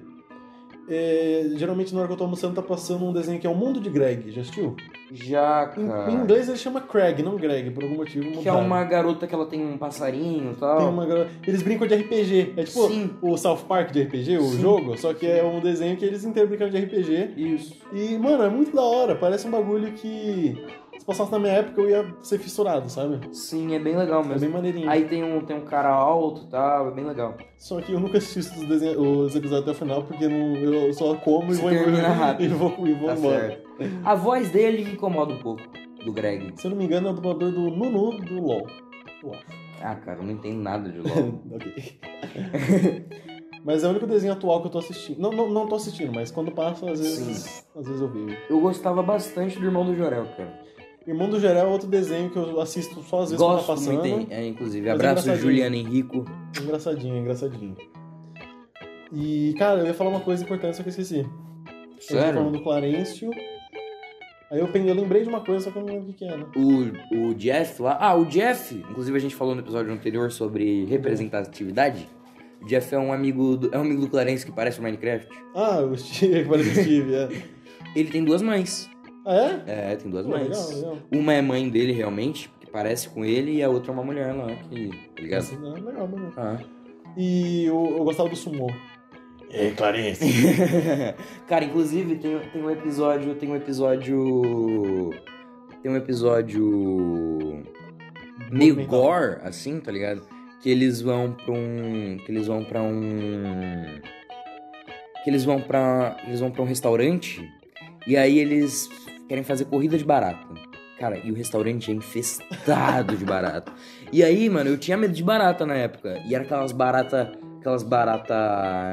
[SPEAKER 2] É, geralmente na hora que eu tô almoçando tá passando um desenho que é O Mundo de Greg, já assistiu?
[SPEAKER 1] Já,
[SPEAKER 2] Em,
[SPEAKER 1] cara.
[SPEAKER 2] em inglês ele chama Craig, não Greg, por algum motivo.
[SPEAKER 1] Ah. Que é
[SPEAKER 2] mudaram.
[SPEAKER 1] uma garota que ela tem um passarinho e tal.
[SPEAKER 2] Tem uma gra- Eles brincam de RPG. É tipo
[SPEAKER 1] Sim.
[SPEAKER 2] o South Park de RPG, o
[SPEAKER 1] Sim.
[SPEAKER 2] jogo, só que é um desenho que eles inteiros brincam de RPG.
[SPEAKER 1] Isso.
[SPEAKER 2] E, mano, é muito da hora. Parece um bagulho que se passasse na minha época eu ia ser fissurado, sabe?
[SPEAKER 1] Sim, é bem legal
[SPEAKER 2] É
[SPEAKER 1] mesmo.
[SPEAKER 2] bem maneirinho.
[SPEAKER 1] Aí tem um, tem um cara alto e tal, é bem legal.
[SPEAKER 2] Só que eu nunca assisto os, desenho- os episódios até o final, porque não, eu só como e
[SPEAKER 1] Você
[SPEAKER 2] vou embora.
[SPEAKER 1] termina rápido.
[SPEAKER 2] E vou, e vou
[SPEAKER 1] Tá
[SPEAKER 2] embora.
[SPEAKER 1] certo. A voz dele me incomoda um pouco, do Greg.
[SPEAKER 2] Se eu não me engano, é o dublador do Nunu do LOL. Eu acho.
[SPEAKER 1] Ah, cara, eu não entendo nada de LOL.
[SPEAKER 2] ok. mas é o único desenho atual que eu tô assistindo. Não, não, não tô assistindo, mas quando passa, às vezes, às vezes eu vejo.
[SPEAKER 1] eu gostava bastante do Irmão do Jorel, cara.
[SPEAKER 2] Irmão do Geral é outro desenho que eu assisto só às vezes
[SPEAKER 1] Gosto
[SPEAKER 2] quando tá passando.
[SPEAKER 1] muito, é, inclusive.
[SPEAKER 2] Mas
[SPEAKER 1] Abraço,
[SPEAKER 2] engraçadinho.
[SPEAKER 1] Juliana Henrico.
[SPEAKER 2] Engraçadinho, engraçadinho. E, cara, eu ia falar uma coisa importante, só que eu esqueci. Eu tava
[SPEAKER 1] Sério?
[SPEAKER 2] falando do Clarencio. Aí eu, pen- eu lembrei de uma coisa, só que eu não lembro o que que era.
[SPEAKER 1] O, o Jeff lá. Ah, o Jeff. Inclusive a gente falou no episódio anterior sobre representatividade. O Jeff é um amigo do, é um amigo do Clarence que parece o Minecraft.
[SPEAKER 2] Ah, o Steve, parece o Steve, é.
[SPEAKER 1] Ele tem duas mães.
[SPEAKER 2] Ah, é?
[SPEAKER 1] É, tem duas
[SPEAKER 2] Pô,
[SPEAKER 1] mães.
[SPEAKER 2] legal, legal.
[SPEAKER 1] Uma é mãe dele, realmente, que parece com ele, e a outra é uma mulher lá, que. Tá ligado?
[SPEAKER 2] Assim, né? legal, legal.
[SPEAKER 1] Ah.
[SPEAKER 2] E eu, eu gostava do sumô. Ei, Clarice.
[SPEAKER 1] Cara, inclusive tem, tem um episódio. Tem um episódio. Tem um episódio. meio
[SPEAKER 2] Movimentado.
[SPEAKER 1] gore, assim, tá ligado? Que eles vão pra um. Que eles vão pra um. Que eles vão pra. Eles vão pra um restaurante. E aí eles querem fazer corrida de barata. Cara, e o restaurante é infestado de barata. E aí, mano, eu tinha medo de barata na época. E era aquelas barata, aquelas barata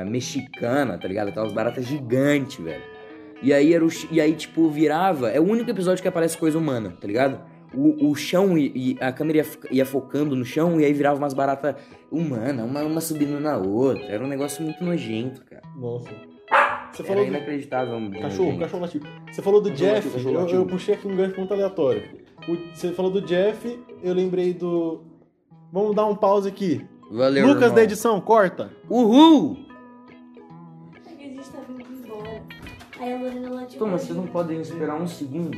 [SPEAKER 1] mexicana, tá ligado? Aquelas barata gigante, velho. E aí era o, ch- e aí tipo virava, é o único episódio que aparece coisa humana, tá ligado? O, o chão e, e a câmera ia, fica- ia focando no chão e aí virava umas barata humana, uma, uma subindo na outra. Era um negócio muito nojento, cara.
[SPEAKER 2] Nossa. Você
[SPEAKER 1] Era
[SPEAKER 2] falou do
[SPEAKER 1] inacreditável. de
[SPEAKER 2] Cachorro,
[SPEAKER 1] nojento.
[SPEAKER 2] cachorro latido. Você falou do
[SPEAKER 1] Cachorro
[SPEAKER 2] Jeff,
[SPEAKER 1] latido, cachorro
[SPEAKER 2] eu- eu,
[SPEAKER 1] latido.
[SPEAKER 2] puxei aqui um gancho muito aleatório. O- você falou do Jeff, eu lembrei do. Vamos dar um pause aqui.
[SPEAKER 1] Valeu,
[SPEAKER 2] Lucas
[SPEAKER 1] irmão.
[SPEAKER 2] da edição, corta!
[SPEAKER 1] Uhul!
[SPEAKER 3] Porque a gente tá vindo embora. Aí a Lorena lá
[SPEAKER 1] Toma, vocês assim? não podem esperar um segundo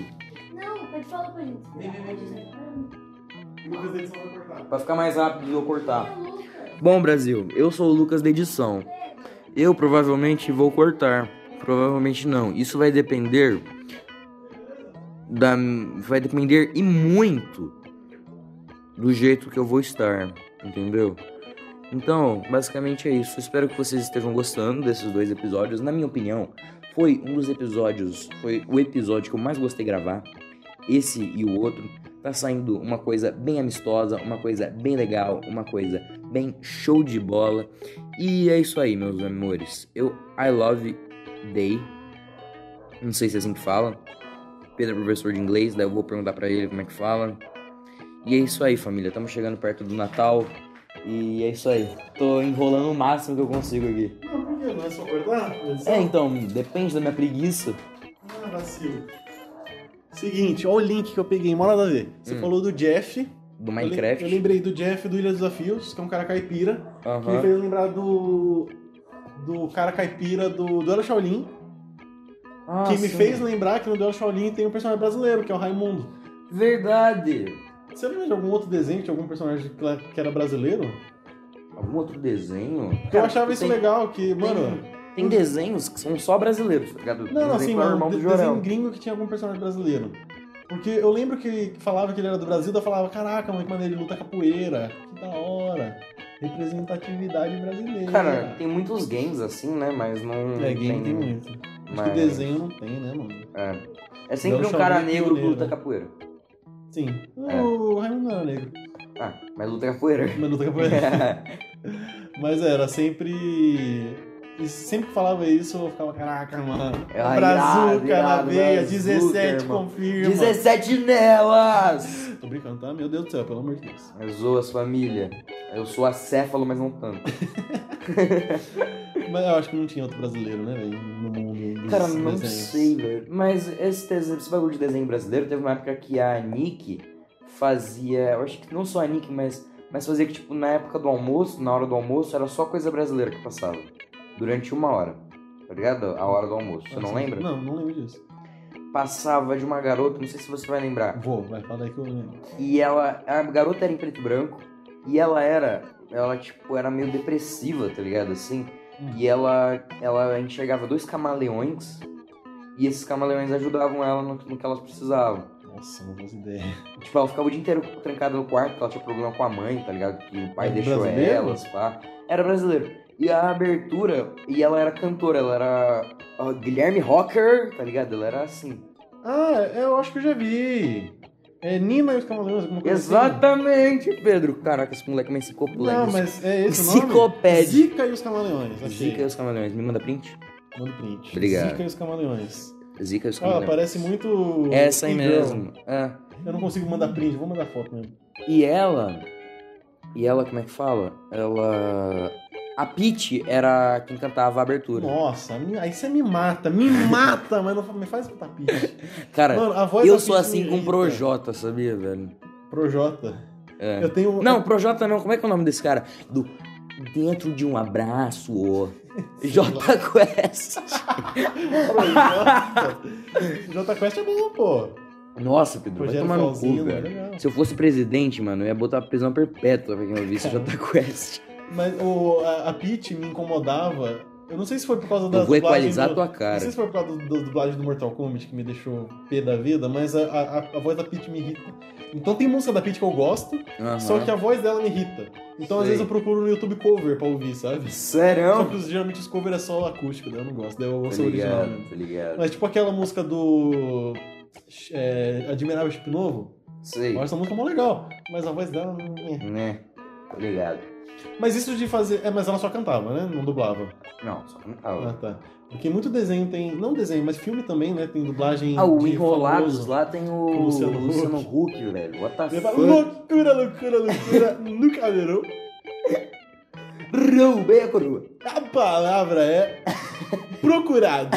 [SPEAKER 3] Não, pode falar pra gente.
[SPEAKER 2] Vem, vem, vem,
[SPEAKER 3] vem.
[SPEAKER 2] Lucas da edição vai cortar.
[SPEAKER 1] Pra ficar mais rápido e eu cortar.
[SPEAKER 3] É o Lucas.
[SPEAKER 1] Bom, Brasil, eu sou o Lucas da edição. Eu provavelmente vou cortar. Provavelmente não. Isso vai depender da vai depender e muito do jeito que eu vou estar, entendeu? Então, basicamente é isso. Espero que vocês estejam gostando desses dois episódios. Na minha opinião, foi um dos episódios, foi o episódio que eu mais gostei gravar. Esse e o outro tá saindo uma coisa bem amistosa, uma coisa bem legal, uma coisa bem show de bola. E é isso aí, meus amores. Eu I love day. Não sei se é assim que fala. Pedro é professor de inglês, daí eu vou perguntar pra ele como é que fala. E é isso aí, família. Estamos chegando perto do Natal. E é isso aí. Tô enrolando o máximo que eu consigo aqui.
[SPEAKER 2] Não, por que? Não é só cortar?
[SPEAKER 1] É, então, depende da minha preguiça.
[SPEAKER 2] Ah, vacilo. Seguinte, olha o link que eu peguei, mora nada a ver. Você
[SPEAKER 1] Hum.
[SPEAKER 2] falou do Jeff.
[SPEAKER 1] Do
[SPEAKER 2] eu lem-
[SPEAKER 1] Minecraft.
[SPEAKER 2] Eu lembrei do Jeff do Ilha dos Desafios, que é um cara caipira. Que me
[SPEAKER 1] Aham.
[SPEAKER 2] fez lembrar do. Do cara caipira do Duelo Shaolin.
[SPEAKER 1] Ah,
[SPEAKER 2] que me
[SPEAKER 1] sim.
[SPEAKER 2] fez lembrar que no Duelo Shaolin tem um personagem brasileiro, que é o Raimundo.
[SPEAKER 1] Verdade!
[SPEAKER 2] Você lembra de algum outro desenho de algum personagem que lá- que era brasileiro?
[SPEAKER 1] Algum outro desenho?
[SPEAKER 2] Porque eu achava isso
[SPEAKER 1] tem-
[SPEAKER 2] legal, que, mano.
[SPEAKER 1] Tem desenhos que são só brasileiros, tá ligado?
[SPEAKER 2] Não, não,
[SPEAKER 1] Por exemplo,
[SPEAKER 2] assim,
[SPEAKER 1] é o
[SPEAKER 2] mano,
[SPEAKER 1] irmão do
[SPEAKER 2] de-
[SPEAKER 1] Jorel.
[SPEAKER 2] desenho gringo que tinha algum personagem brasileiro. Porque eu lembro que falava que ele era do Brasil, daí eu falava, caraca, mano, que maneiro, ele luta capoeira, que da hora. Representatividade brasileira.
[SPEAKER 1] Cara, tem muitos games assim, né? Mas não. né?
[SPEAKER 2] é, game tem muito. Acho que
[SPEAKER 1] mas-
[SPEAKER 2] desenho não tem, né, mano?
[SPEAKER 1] É, é sempre
[SPEAKER 2] Não
[SPEAKER 1] um
[SPEAKER 2] chama
[SPEAKER 1] cara
[SPEAKER 2] de
[SPEAKER 1] negro que
[SPEAKER 2] pioneiro,
[SPEAKER 1] luta
[SPEAKER 2] né?
[SPEAKER 1] capoeira.
[SPEAKER 2] Sim.
[SPEAKER 1] É.
[SPEAKER 2] O Raimundo não era negro,
[SPEAKER 1] Ah, mas luta capoeira.
[SPEAKER 2] mas luta capoeira. Mas era sempre. E sempre que falava isso, eu ficava, caraca, mano.
[SPEAKER 1] Ah, irado,
[SPEAKER 2] Brazuca na
[SPEAKER 1] irado,
[SPEAKER 2] veia,
[SPEAKER 1] Brazuca,
[SPEAKER 2] 17,
[SPEAKER 1] irmão.
[SPEAKER 2] confirma.
[SPEAKER 1] 17 nelas!
[SPEAKER 2] Tô brincando, tá? Meu Deus do céu, pelo amor de Deus.
[SPEAKER 1] Eu sou a família. Eu sou acéfalo, mas não tanto.
[SPEAKER 2] Mas eu acho que não tinha outro brasileiro, né, velho? No mundo. dos
[SPEAKER 1] Cara, não
[SPEAKER 2] desenhos.
[SPEAKER 1] sei, velho. Mas esse, desenho, esse bagulho de desenho brasileiro teve uma época que a Nick fazia. Eu acho que não só a Nick, mas, mas fazia que, tipo, na época do almoço, na hora do almoço, era só coisa brasileira que passava. Durante uma hora. Tá ligado? A hora do almoço. Você não
[SPEAKER 2] Assim,
[SPEAKER 1] lembra?
[SPEAKER 2] Não, não lembro disso.
[SPEAKER 1] Passava de uma garota, não sei se você vai lembrar.
[SPEAKER 2] Vou, vai, fala aí que eu lembro.
[SPEAKER 1] E ela. A garota era em preto e branco. E ela era. Ela, tipo, era meio depressiva, tá ligado? Assim.
[SPEAKER 2] Hum.
[SPEAKER 1] E ela. Ela enxergava dois camaleões. E esses camaleões ajudavam ela no, no que elas precisavam.
[SPEAKER 2] Nossa, não faço ideia.
[SPEAKER 1] Tipo, ela ficava o dia inteiro trancada no quarto, porque ela tinha problema com a mãe, tá ligado? Que o pai
[SPEAKER 2] Era
[SPEAKER 1] deixou
[SPEAKER 2] brasileiro?
[SPEAKER 1] elas, pá. Era brasileiro. E a abertura, e ela era cantora, ela era a Guilherme Rocker, tá ligado? Ela era assim.
[SPEAKER 2] Ah, eu acho que eu já vi. É Nina e os Camaleões, alguma coisa
[SPEAKER 1] Exatamente, Pedro. Caraca, esse moleque é uma
[SPEAKER 2] assim. Não,
[SPEAKER 1] enciclopédia.
[SPEAKER 2] mas é esse o nome?
[SPEAKER 1] Enciclopédia.
[SPEAKER 2] Zica e os Camaleões. achei.
[SPEAKER 1] Zica e os Camaleões, me manda print.
[SPEAKER 2] Manda o print.
[SPEAKER 1] Obrigado.
[SPEAKER 2] Zica e os Camaleões.
[SPEAKER 1] Zica e os
[SPEAKER 2] Ah,
[SPEAKER 1] Camaleões.
[SPEAKER 2] parece um muito.
[SPEAKER 1] Essa aí
[SPEAKER 2] Big Girl.
[SPEAKER 1] mesmo. É.
[SPEAKER 2] Eu não consigo mandar print, vou mandar foto mesmo.
[SPEAKER 1] E ela. E ela, como é que fala? Ela. A Peach era quem cantava a abertura.
[SPEAKER 2] Nossa, me- aí você me mata, me mata, mas não fa- me faz escutar pitch.
[SPEAKER 1] Cara,
[SPEAKER 2] Mano, a voz
[SPEAKER 1] É. eu
[SPEAKER 2] da
[SPEAKER 1] sou
[SPEAKER 2] Pitty
[SPEAKER 1] assim
[SPEAKER 2] me
[SPEAKER 1] com o
[SPEAKER 2] irrita.
[SPEAKER 1] Projota, sabia, velho?
[SPEAKER 2] Projota.
[SPEAKER 1] É.
[SPEAKER 2] Eu tenho. um-
[SPEAKER 1] Não, Projota não. Como é que é o nome desse cara? Do Dentro de um abraço, ó. Jota Quest.
[SPEAKER 2] um Jota Quest é bom, pô.
[SPEAKER 1] Nossa, Pedro, vai
[SPEAKER 2] Rogério
[SPEAKER 1] tomar no
[SPEAKER 2] Flauzino,
[SPEAKER 1] cu,
[SPEAKER 2] é
[SPEAKER 1] velho.
[SPEAKER 2] legal.
[SPEAKER 1] Se eu fosse presidente, mano, eu ia botar prisão perpétua pra quem ouvisse Jota Quest.
[SPEAKER 2] Mas o, a, a Peach me incomodava. Eu não sei se foi por causa da
[SPEAKER 1] Eu vou
[SPEAKER 2] dublagem
[SPEAKER 1] equalizar
[SPEAKER 2] do-
[SPEAKER 1] a tua
[SPEAKER 2] Não sei
[SPEAKER 1] cara.
[SPEAKER 2] se foi por causa do- da dublagem do Mortal Kombat que me deixou pé da vida, mas a, a, a voz da Peach me irrita. Então tem música da Peach que eu gosto,
[SPEAKER 1] Aham.
[SPEAKER 2] é só que a voz dela me irrita. Então às
[SPEAKER 1] Sei.
[SPEAKER 2] vezes eu procuro no YouTube cover pra ouvir, sabe? Só
[SPEAKER 1] Sério?
[SPEAKER 2] que os- geralmente os cover é só acústico, daí eu não gosto, daí eu
[SPEAKER 1] Tá
[SPEAKER 2] ouço o original.
[SPEAKER 1] ligado,
[SPEAKER 2] mesmo.
[SPEAKER 1] tá ligado.
[SPEAKER 2] Mas tipo aquela música do. É, Admirável Chip Novo,
[SPEAKER 1] Sei.
[SPEAKER 2] eu acho essa música mó legal, mas a voz dela. não é.
[SPEAKER 1] Né? Tá ligado.
[SPEAKER 2] Mas isso de fazer. É, mas ela só cantava, né? Não dublava.
[SPEAKER 1] Não, só não
[SPEAKER 2] Ah,
[SPEAKER 1] tava.
[SPEAKER 2] tá. Porque muito desenho tem. Não desenho, mas filme também, né? Tem dublagem.
[SPEAKER 1] Ah, o
[SPEAKER 2] de
[SPEAKER 1] Enrolados
[SPEAKER 2] famoso.
[SPEAKER 1] lá tem o
[SPEAKER 2] O Luciano
[SPEAKER 1] Luciano, Huck, velho. What the
[SPEAKER 2] Ele fala,
[SPEAKER 1] fuck?
[SPEAKER 2] loucura, loucura, loucura no caveirão.
[SPEAKER 1] Roubei a coroa.
[SPEAKER 2] A palavra é procurado.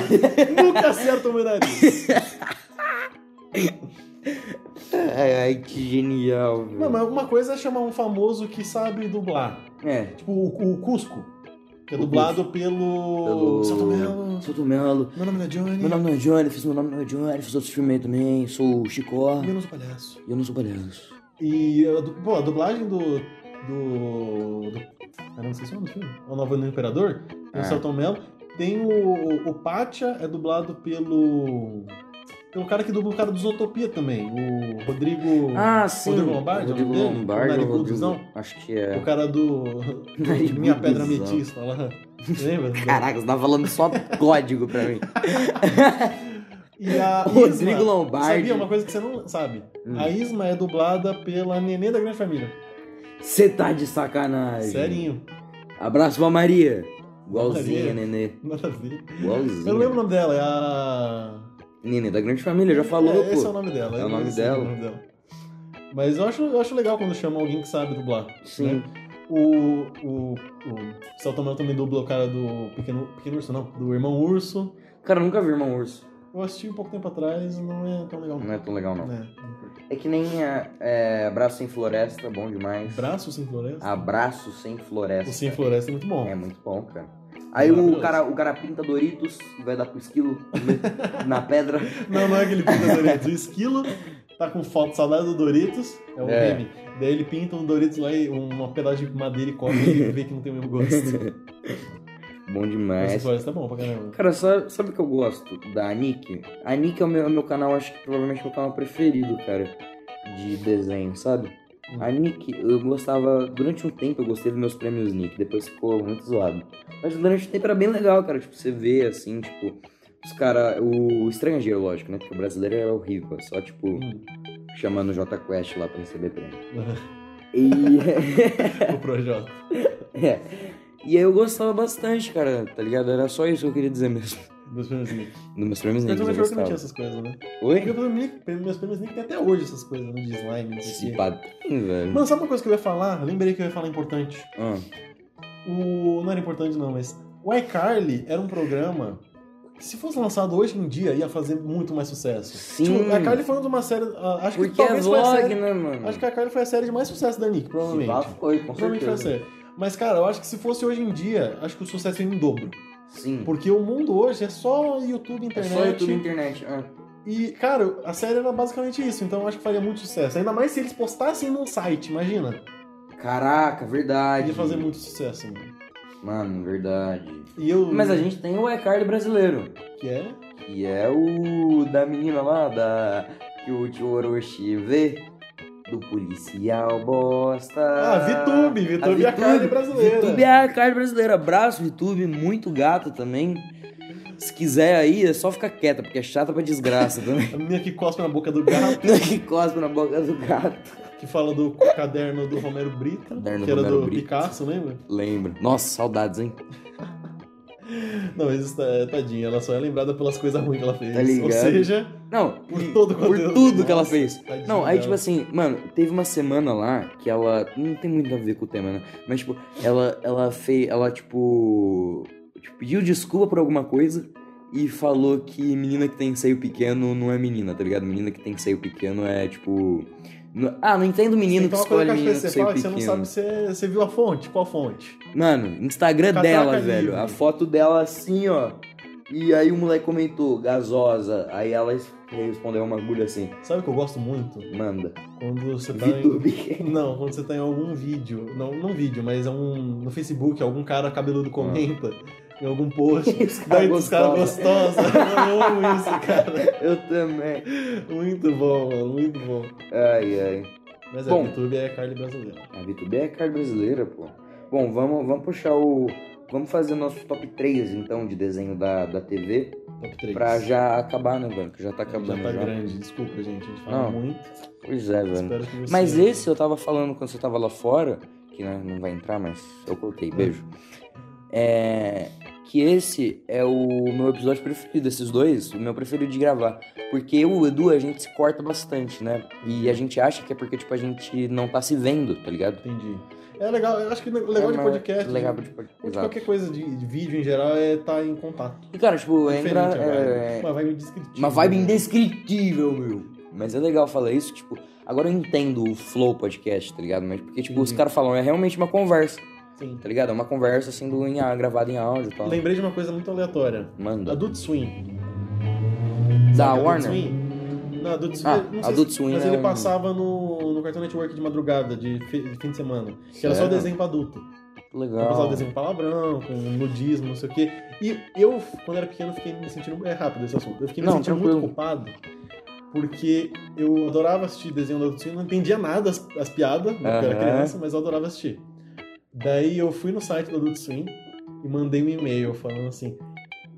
[SPEAKER 2] Nunca acerta o meu nariz.
[SPEAKER 1] Ai, ai, que genial, velho.
[SPEAKER 2] Não, mas uma coisa é chamar um famoso que sabe dublar.
[SPEAKER 1] É.
[SPEAKER 2] Tipo o, o Cusco, que é
[SPEAKER 1] O
[SPEAKER 2] dublado pelo.
[SPEAKER 1] Pelo-
[SPEAKER 2] Celto Melo.
[SPEAKER 1] Sou do Melo.
[SPEAKER 2] Meu nome é Johnny.
[SPEAKER 1] Meu nome não é Johnny, fiz meu nome não é Johnny, fiz outros filmes aí também. Sou o Chicó
[SPEAKER 2] Menos o é palhaço.
[SPEAKER 1] e eu não sou palhaço.
[SPEAKER 2] E é a, du- pô, a dublagem do. do. do ah, não sei se é o nome do filme. É o Novo Ano do Imperador?
[SPEAKER 1] É.
[SPEAKER 2] Tem o Celton Mello. Tem o. O Pátia é dublado pelo. Pelo cara que dubla o cara do Zootopia também. O Rodrigo.
[SPEAKER 1] Ah, sim.
[SPEAKER 2] Rodrigo Lombardi,
[SPEAKER 1] Rodrigo
[SPEAKER 2] é o nome dele?
[SPEAKER 1] Lombardi.
[SPEAKER 2] O
[SPEAKER 1] ou
[SPEAKER 2] narigudozão?
[SPEAKER 1] Rodrigo- Acho que é.
[SPEAKER 2] O cara do. do
[SPEAKER 1] Narigudozão.
[SPEAKER 2] Minha Pedra Metista lá. Lembra?
[SPEAKER 1] Caraca, você tá falando só código pra mim.
[SPEAKER 2] E a
[SPEAKER 1] Rodrigo
[SPEAKER 2] Isma,
[SPEAKER 1] Lombardi.
[SPEAKER 2] Sabia uma coisa que você não sabe?
[SPEAKER 1] Hum.
[SPEAKER 2] A Isma é dublada pela Nenê da Grande Família.
[SPEAKER 1] Você tá de sacanagem.
[SPEAKER 2] Serinho.
[SPEAKER 1] Abraço pra Maria. Igualzinha,
[SPEAKER 2] Maria.
[SPEAKER 1] nenê.
[SPEAKER 2] Nada a ver.
[SPEAKER 1] Igualzinha.
[SPEAKER 2] Eu não lembro o nome dela, é a.
[SPEAKER 1] Nenê da grande família, já falou,
[SPEAKER 2] é,
[SPEAKER 1] pô.
[SPEAKER 2] Esse é o nome dela.
[SPEAKER 1] É
[SPEAKER 2] eu
[SPEAKER 1] o nome
[SPEAKER 2] esqueci
[SPEAKER 1] dela.
[SPEAKER 2] dela. Mas eu acho, eu acho legal quando chama alguém que sabe dublar.
[SPEAKER 1] Sim.
[SPEAKER 2] né? O, o, o Celton Mello também dubla o cara do Pequeno, Pequeno Urso, não, do Irmão Urso.
[SPEAKER 1] Cara, eu nunca vi Irmão Urso.
[SPEAKER 2] Eu assisti um pouco tempo atrás, não é tão legal.
[SPEAKER 1] Não é tão legal, não.
[SPEAKER 2] É, não curto.
[SPEAKER 1] É que nem é, é, Abraço Sem Floresta, bom demais.
[SPEAKER 2] Braço sem floresta?
[SPEAKER 1] Abraço Sem Floresta.
[SPEAKER 2] O sem floresta é muito bom.
[SPEAKER 1] Ah, É muito bom, cara. Aí o
[SPEAKER 2] Maravilhoso.
[SPEAKER 1] cara, o cara pinta Doritos e vai dar pro esquilo no- na pedra.
[SPEAKER 2] Não, não é aquele pinta Doritos. O esquilo tá com falta, saudade do Doritos. É o
[SPEAKER 1] É.
[SPEAKER 2] meme. Daí ele pinta um Doritos lá e uma pedaço de madeira e come e vê que não tem o mesmo gosto.
[SPEAKER 1] Bom
[SPEAKER 2] Essa
[SPEAKER 1] demais.
[SPEAKER 2] floresta é bom pra caramba.
[SPEAKER 1] Cara, sabe, sabe o que eu gosto da Nick? A Nick é o meu, é o meu canal, acho que provavelmente meu canal preferido, cara, de desenho, sabe?
[SPEAKER 2] Hum.
[SPEAKER 1] A Nick, eu gostava, durante um tempo eu gostei dos meus prêmios Nick, depois ficou muito zoado. Mas durante um tempo era bem legal, cara, tipo, você vê, assim, tipo, os caras, o estrangeiro, lógico, né, porque o brasileiro era horrível, só, tipo,
[SPEAKER 2] Hum.
[SPEAKER 1] chamando o Jota Quest lá pra receber prêmio. E...
[SPEAKER 2] o Projota.
[SPEAKER 1] é. E aí eu gostava bastante, cara, tá ligado? Era só isso que eu queria dizer mesmo.
[SPEAKER 2] Meus prêmios Nick.
[SPEAKER 1] Nos meus prêmios Nick,
[SPEAKER 2] Cartoon
[SPEAKER 1] eu
[SPEAKER 2] Network não
[SPEAKER 1] gostava.
[SPEAKER 2] tinha essas coisas, né?
[SPEAKER 1] Oi?
[SPEAKER 2] Porque meus prêmios Nick- meus prêmios Nick tem até hoje essas coisas, né? De slime, não sei
[SPEAKER 1] Se
[SPEAKER 2] o quê.
[SPEAKER 1] pá, tem, velho.
[SPEAKER 2] Mano, sabe uma coisa que eu ia falar? Lembrei que eu ia falar importante.
[SPEAKER 1] Ah,
[SPEAKER 2] O... Não era importante não, mas... O iCarly era um programa... que Se fosse lançado hoje em dia, ia fazer muito mais sucesso.
[SPEAKER 1] Sim.
[SPEAKER 2] Tipo, a Carly foi uma de uma série. ah, Acho que
[SPEAKER 1] porque é
[SPEAKER 2] talvez foi a
[SPEAKER 1] vlog,
[SPEAKER 2] série.
[SPEAKER 1] né, mano?
[SPEAKER 2] Acho que a Carly foi a série de mais sucesso da Nick, provavelmente.
[SPEAKER 1] Se pá, foi, com
[SPEAKER 2] provavelmente foi a
[SPEAKER 1] certeza.
[SPEAKER 2] série. Mas, cara, eu acho que se fosse hoje em dia, acho que o sucesso ia em dobro.
[SPEAKER 1] Sim.
[SPEAKER 2] Porque o mundo hoje é só YouTube,
[SPEAKER 1] É
[SPEAKER 2] internet.
[SPEAKER 1] só YouTube e internet. Ah,
[SPEAKER 2] E, cara, a série era basicamente isso, então eu acho que faria muito sucesso. Ainda mais se eles postassem num site, imagina.
[SPEAKER 1] Caraca, verdade.
[SPEAKER 2] Ia fazer muito sucesso, mano.
[SPEAKER 1] Mano, verdade.
[SPEAKER 2] E eu. né,
[SPEAKER 1] Mas a gente tem o iCard brasileiro,
[SPEAKER 2] Que é?
[SPEAKER 1] que é o da menina lá, da... que o tio Orochi vê, do policial bosta.
[SPEAKER 2] Ah, VTube, VTube é a carne brasileira.
[SPEAKER 1] VTube é a carne brasileira. Abraço, VTube, muito gata também. Se quiser aí, é só ficar quieta, porque é chata pra desgraça também.
[SPEAKER 2] A menina que cospe na boca do gato,
[SPEAKER 1] Não é que cospe na boca do gato.
[SPEAKER 2] que fala do caderno do Romero Brito,
[SPEAKER 1] Caderno
[SPEAKER 2] que era
[SPEAKER 1] Romero
[SPEAKER 2] do
[SPEAKER 1] Brito.
[SPEAKER 2] Picasso, lembra?
[SPEAKER 1] Lembra. Nossa, saudades, hein?
[SPEAKER 2] Não, mas isso, é, tadinha, ela só é lembrada pelas coisas ruins que ela fez.
[SPEAKER 1] Tá ligado.
[SPEAKER 2] Ou seja,
[SPEAKER 1] Não,
[SPEAKER 2] Por
[SPEAKER 1] e-
[SPEAKER 2] todo o
[SPEAKER 1] por
[SPEAKER 2] conteúdo.
[SPEAKER 1] tudo que ela
[SPEAKER 2] Nossa,
[SPEAKER 1] fez.
[SPEAKER 2] tadinha
[SPEAKER 1] Não, aí
[SPEAKER 2] dela.
[SPEAKER 1] tipo assim, mano, teve uma semana lá que ela não tem muito a ver com o tema, né? Mas tipo, ela ela fez, ela tipo, tipo, pediu desculpa por alguma coisa e falou que menina que tem seio pequeno não é menina, tá ligado? Menina que tem seio pequeno é tipo No- Ah, não entendo o menino que
[SPEAKER 2] Então, uma coisa
[SPEAKER 1] escolhe
[SPEAKER 2] que eu acho que
[SPEAKER 1] menino que
[SPEAKER 2] você
[SPEAKER 1] saiu
[SPEAKER 2] fala que você
[SPEAKER 1] pequeno.
[SPEAKER 2] não sabe se você- você viu a fonte. Qual fonte?
[SPEAKER 1] Mano, Instagram
[SPEAKER 2] Catraca
[SPEAKER 1] dela,
[SPEAKER 2] livre.
[SPEAKER 1] velho. A foto dela assim, ó. E aí o moleque comentou, gasosa. Aí ela es- respondeu uma agulha assim,
[SPEAKER 2] Sabe o que eu gosto muito?
[SPEAKER 1] manda.
[SPEAKER 2] Quando você tá em...
[SPEAKER 1] VTube.
[SPEAKER 2] Não, quando você tá em algum vídeo. Não, não vídeo, mas é um... no Facebook, algum cara
[SPEAKER 1] Ah.
[SPEAKER 2] cabeludo comenta em algum post.
[SPEAKER 1] Os
[SPEAKER 2] Daí
[SPEAKER 1] caras
[SPEAKER 2] os caras
[SPEAKER 1] gostosos.
[SPEAKER 2] gostosos. Eu amo isso, cara.
[SPEAKER 1] Eu também.
[SPEAKER 2] Muito bom, mano. Muito bom.
[SPEAKER 1] Ai, ai.
[SPEAKER 2] Mas
[SPEAKER 1] Bom.
[SPEAKER 2] é, YouTube é Carly brasileira.
[SPEAKER 1] A VTube é cara brasileira, pô. Bom, vamos, vamos puxar o... Vamos fazer o nosso top 3, então, de desenho da, da TV.
[SPEAKER 2] Top 3.
[SPEAKER 1] Pra já acabar, né, velho? Que já tá
[SPEAKER 2] Já
[SPEAKER 1] acabando
[SPEAKER 2] tá
[SPEAKER 1] já.
[SPEAKER 2] grande, desculpa, gente. A gente fala
[SPEAKER 1] Não.
[SPEAKER 2] muito.
[SPEAKER 1] Pois é, velho.
[SPEAKER 2] Espero que você...
[SPEAKER 1] Mas esse eu tava falando quando você tava lá fora, que né, não vai entrar, mas eu cortei, beijo. É, que esse é o meu episódio preferido, esses dois, o meu preferido de gravar. Porque eu e o Edu, a gente se corta bastante, né? E a gente acha que é porque, tipo, a gente não tá se vendo, tá ligado?
[SPEAKER 2] Entendi. É legal, eu acho que o legal
[SPEAKER 1] É,
[SPEAKER 2] de
[SPEAKER 1] mas-
[SPEAKER 2] podcast.
[SPEAKER 1] Legal
[SPEAKER 2] de-
[SPEAKER 1] de podcast.
[SPEAKER 2] Ou de
[SPEAKER 1] exato.
[SPEAKER 2] qualquer coisa de, de vídeo em geral é estar em contato.
[SPEAKER 1] E, cara, tipo,
[SPEAKER 2] É
[SPEAKER 1] entra.
[SPEAKER 2] diferente a vibe.
[SPEAKER 1] é,
[SPEAKER 2] Uma vibe descritiva. né?
[SPEAKER 1] Uma vibe indescritível, meu. Mas é legal falar isso, tipo, agora eu entendo o flow podcast, tá ligado? Mas porque, tipo, os
[SPEAKER 2] Uhum.
[SPEAKER 1] caras falam, é realmente uma conversa,
[SPEAKER 2] Sim. então,
[SPEAKER 1] tá ligado? É uma conversa sendo em, ah, gravada em áudio e tal.
[SPEAKER 2] Lembrei de uma coisa muito aleatória.
[SPEAKER 1] Manda.
[SPEAKER 2] Adult Swim.
[SPEAKER 1] Da
[SPEAKER 2] Sabe Adult
[SPEAKER 1] Warner?
[SPEAKER 2] Swim? Não, Adult Swim.
[SPEAKER 1] Ah,
[SPEAKER 2] não sei
[SPEAKER 1] Adult
[SPEAKER 2] se-
[SPEAKER 1] Swim
[SPEAKER 2] Mas
[SPEAKER 1] é
[SPEAKER 2] ele
[SPEAKER 1] um-
[SPEAKER 2] passava no, no Cartoon Network de madrugada, de, fi- de fim de semana. Que era só
[SPEAKER 1] Sério?
[SPEAKER 2] desenho pra adulto. Eu
[SPEAKER 1] Legal.
[SPEAKER 2] passava desenho com palavrão, com nudismo, não sei o quê. E eu, quando era pequeno, fiquei me sentindo. É rápido esse assunto. Eu fiquei me
[SPEAKER 1] Não,
[SPEAKER 2] sentindo
[SPEAKER 1] tranquilo.
[SPEAKER 2] muito culpado. Porque eu adorava assistir desenho da Adult Swim, não entendia nada as, as piadas, né, porque eu era
[SPEAKER 1] Aham.
[SPEAKER 2] criança, mas eu adorava assistir. Daí eu fui no site da Adult Swim e mandei um e-mail falando assim: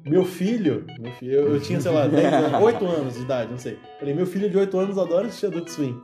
[SPEAKER 2] Meu filho, meu filho eu, eu tinha, sei lá, 10 anos, 8 anos de idade, não sei. Falei: Meu filho de 8 anos adora assistir Adult Swim.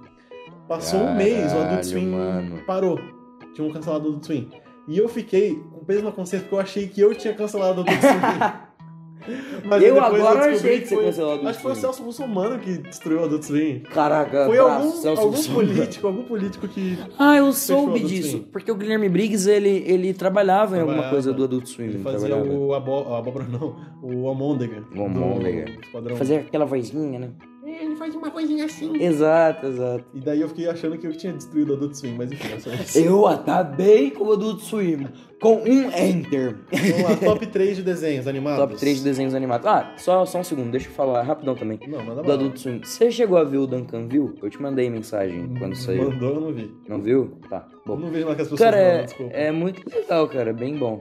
[SPEAKER 2] Passou um mês, o
[SPEAKER 1] Caralho,
[SPEAKER 2] Adult Swim
[SPEAKER 1] mano.
[SPEAKER 2] parou. um Tinham cancelado o Adult Swim. E eu fiquei com peso na consciência porque eu achei que eu tinha cancelado o Adult Swim. Mas
[SPEAKER 1] eu
[SPEAKER 2] depois
[SPEAKER 1] agora
[SPEAKER 2] descobri
[SPEAKER 1] achei que você
[SPEAKER 2] foi-
[SPEAKER 1] cancelou o Adult
[SPEAKER 2] Acho que foi o
[SPEAKER 1] Swim.
[SPEAKER 2] Celso Russomano que destruiu o Adult Swim.
[SPEAKER 1] Caraca,
[SPEAKER 2] Foi
[SPEAKER 1] abraço,
[SPEAKER 2] algum,
[SPEAKER 1] Celso
[SPEAKER 2] algum
[SPEAKER 1] Souza.
[SPEAKER 2] político, algum político que
[SPEAKER 1] Ah, eu
[SPEAKER 2] Fechou o
[SPEAKER 1] soube
[SPEAKER 2] Adult
[SPEAKER 1] disso.
[SPEAKER 2] Swim.
[SPEAKER 1] Porque o Guilherme Briggs, ele, ele trabalhava em alguma
[SPEAKER 2] Trabalhava.
[SPEAKER 1] coisa do Adult Swim.
[SPEAKER 2] ele
[SPEAKER 1] não
[SPEAKER 2] fazia
[SPEAKER 1] trabalhava?
[SPEAKER 2] o abó, a abóbora não, o Almôndega.
[SPEAKER 1] O Almôndega.
[SPEAKER 2] do Esquadrão.
[SPEAKER 1] Fazia aquela vozinha, né?
[SPEAKER 2] Ele faz uma coisinha assim.
[SPEAKER 1] Exato, exato.
[SPEAKER 2] E daí eu fiquei achando que eu tinha destruído o Adult Swim, mas enfim, é só isso.
[SPEAKER 1] Eu acabei com o Adult Swim com um Enter.
[SPEAKER 2] Vamos lá, top 3 de desenhos animados.
[SPEAKER 1] Top 3 de desenhos animados. Ah, só, só um segundo, deixa eu falar rapidão também.
[SPEAKER 2] desenhos. Não, manda
[SPEAKER 1] Do
[SPEAKER 2] bala.
[SPEAKER 1] Adult Swim. Você chegou a ver o Duncanville? Eu te mandei mensagem quando saiu.
[SPEAKER 2] Mandou, eu não vi.
[SPEAKER 1] Não viu? Tá,
[SPEAKER 2] Eu
[SPEAKER 1] bom.
[SPEAKER 2] não vejo lá que as pessoas
[SPEAKER 1] Cara,
[SPEAKER 2] mandam,
[SPEAKER 1] é,
[SPEAKER 2] desculpa.
[SPEAKER 1] é muito legal, cara. é Bem bom.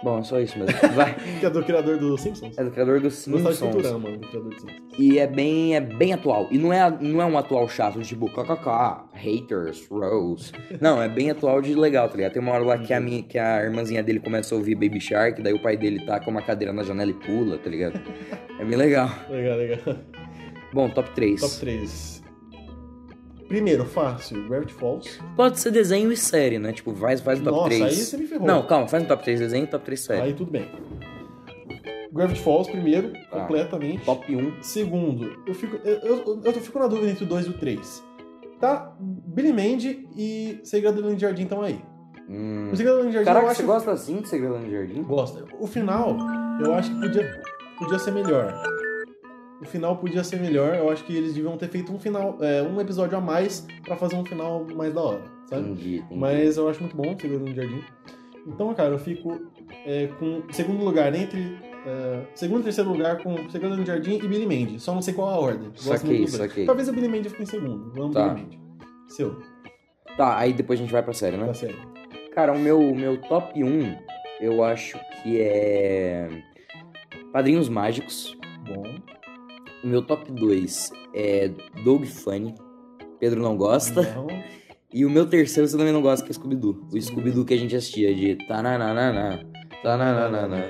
[SPEAKER 1] Bom, é só isso mesmo. Vai.
[SPEAKER 2] Que é do criador do Simpsons?
[SPEAKER 1] É do criador do
[SPEAKER 2] Gostava de
[SPEAKER 1] Simpsons.
[SPEAKER 2] Futurama, do criador do Simpsons.
[SPEAKER 1] E é bem, é bem atual. E não é, não é um atual chato, tipo, kkk, haters, rose. Não, é bem atual de legal, tá ligado? Tem uma hora lá que
[SPEAKER 2] Uhum.
[SPEAKER 1] a, minha, que a irmãzinha dele começa a ouvir Baby Shark, daí o pai dele taca uma cadeira na janela e pula, tá ligado? É bem legal.
[SPEAKER 2] Legal, legal.
[SPEAKER 1] Bom, top 3.
[SPEAKER 2] Top 3. Primeiro, fácil, Gravity Falls.
[SPEAKER 1] Pode ser desenho e série, né? Tipo, faz, faz o top
[SPEAKER 2] Nossa,
[SPEAKER 1] 3.
[SPEAKER 2] aí você me ferrou.
[SPEAKER 1] Não, calma, faz um top 3 desenho e top 3 série.
[SPEAKER 2] aí tudo bem. Gravity Falls, primeiro,
[SPEAKER 1] Tá.
[SPEAKER 2] completamente.
[SPEAKER 1] Top 1.
[SPEAKER 2] Segundo, eu fico, eu, eu, eu fico na dúvida entre o 2 e o 3. Tá, Billy Mandy e Segredo do Lindo Jardim estão aí.
[SPEAKER 1] Hum.
[SPEAKER 2] O Segredo do Lindo Jardim eu
[SPEAKER 1] Caraca,
[SPEAKER 2] acho...
[SPEAKER 1] você gosta assim de Segredo no Jardim?
[SPEAKER 2] Gosta. O final, eu acho que podia, podia ser melhor. O final podia ser melhor. Eu acho que eles deviam ter feito um final, é, um episódio a mais pra fazer um final mais da hora, sabe?
[SPEAKER 1] Entendi, entendi.
[SPEAKER 2] né? Mas eu acho muito bom o Segredo no Jardim. Então, cara, eu fico é, com segundo lugar entre. é, segundo e terceiro lugar com Segredo no Jardim e Billy Mandy. Só não sei qual a ordem. Gosto
[SPEAKER 1] Saquei,
[SPEAKER 2] muito dos dois.
[SPEAKER 1] saquei.
[SPEAKER 2] Talvez o Billy Mandy fique em segundo. Vamos
[SPEAKER 1] Tá.
[SPEAKER 2] Billy Mandy. Seu, tá
[SPEAKER 1] Tá, aí depois a gente vai pra série, né?
[SPEAKER 2] da série.
[SPEAKER 1] Cara, o meu, o meu top 1, eu acho que é. Padrinhos Mágicos.
[SPEAKER 2] Bom.
[SPEAKER 1] O meu top 2 é Doug Funny. Pedro não gosta.
[SPEAKER 2] Não.
[SPEAKER 1] E o meu terceiro você também não gosta, que é Scooby-Doo. O Scooby-Doo que a gente assistia de tananana. Tananana.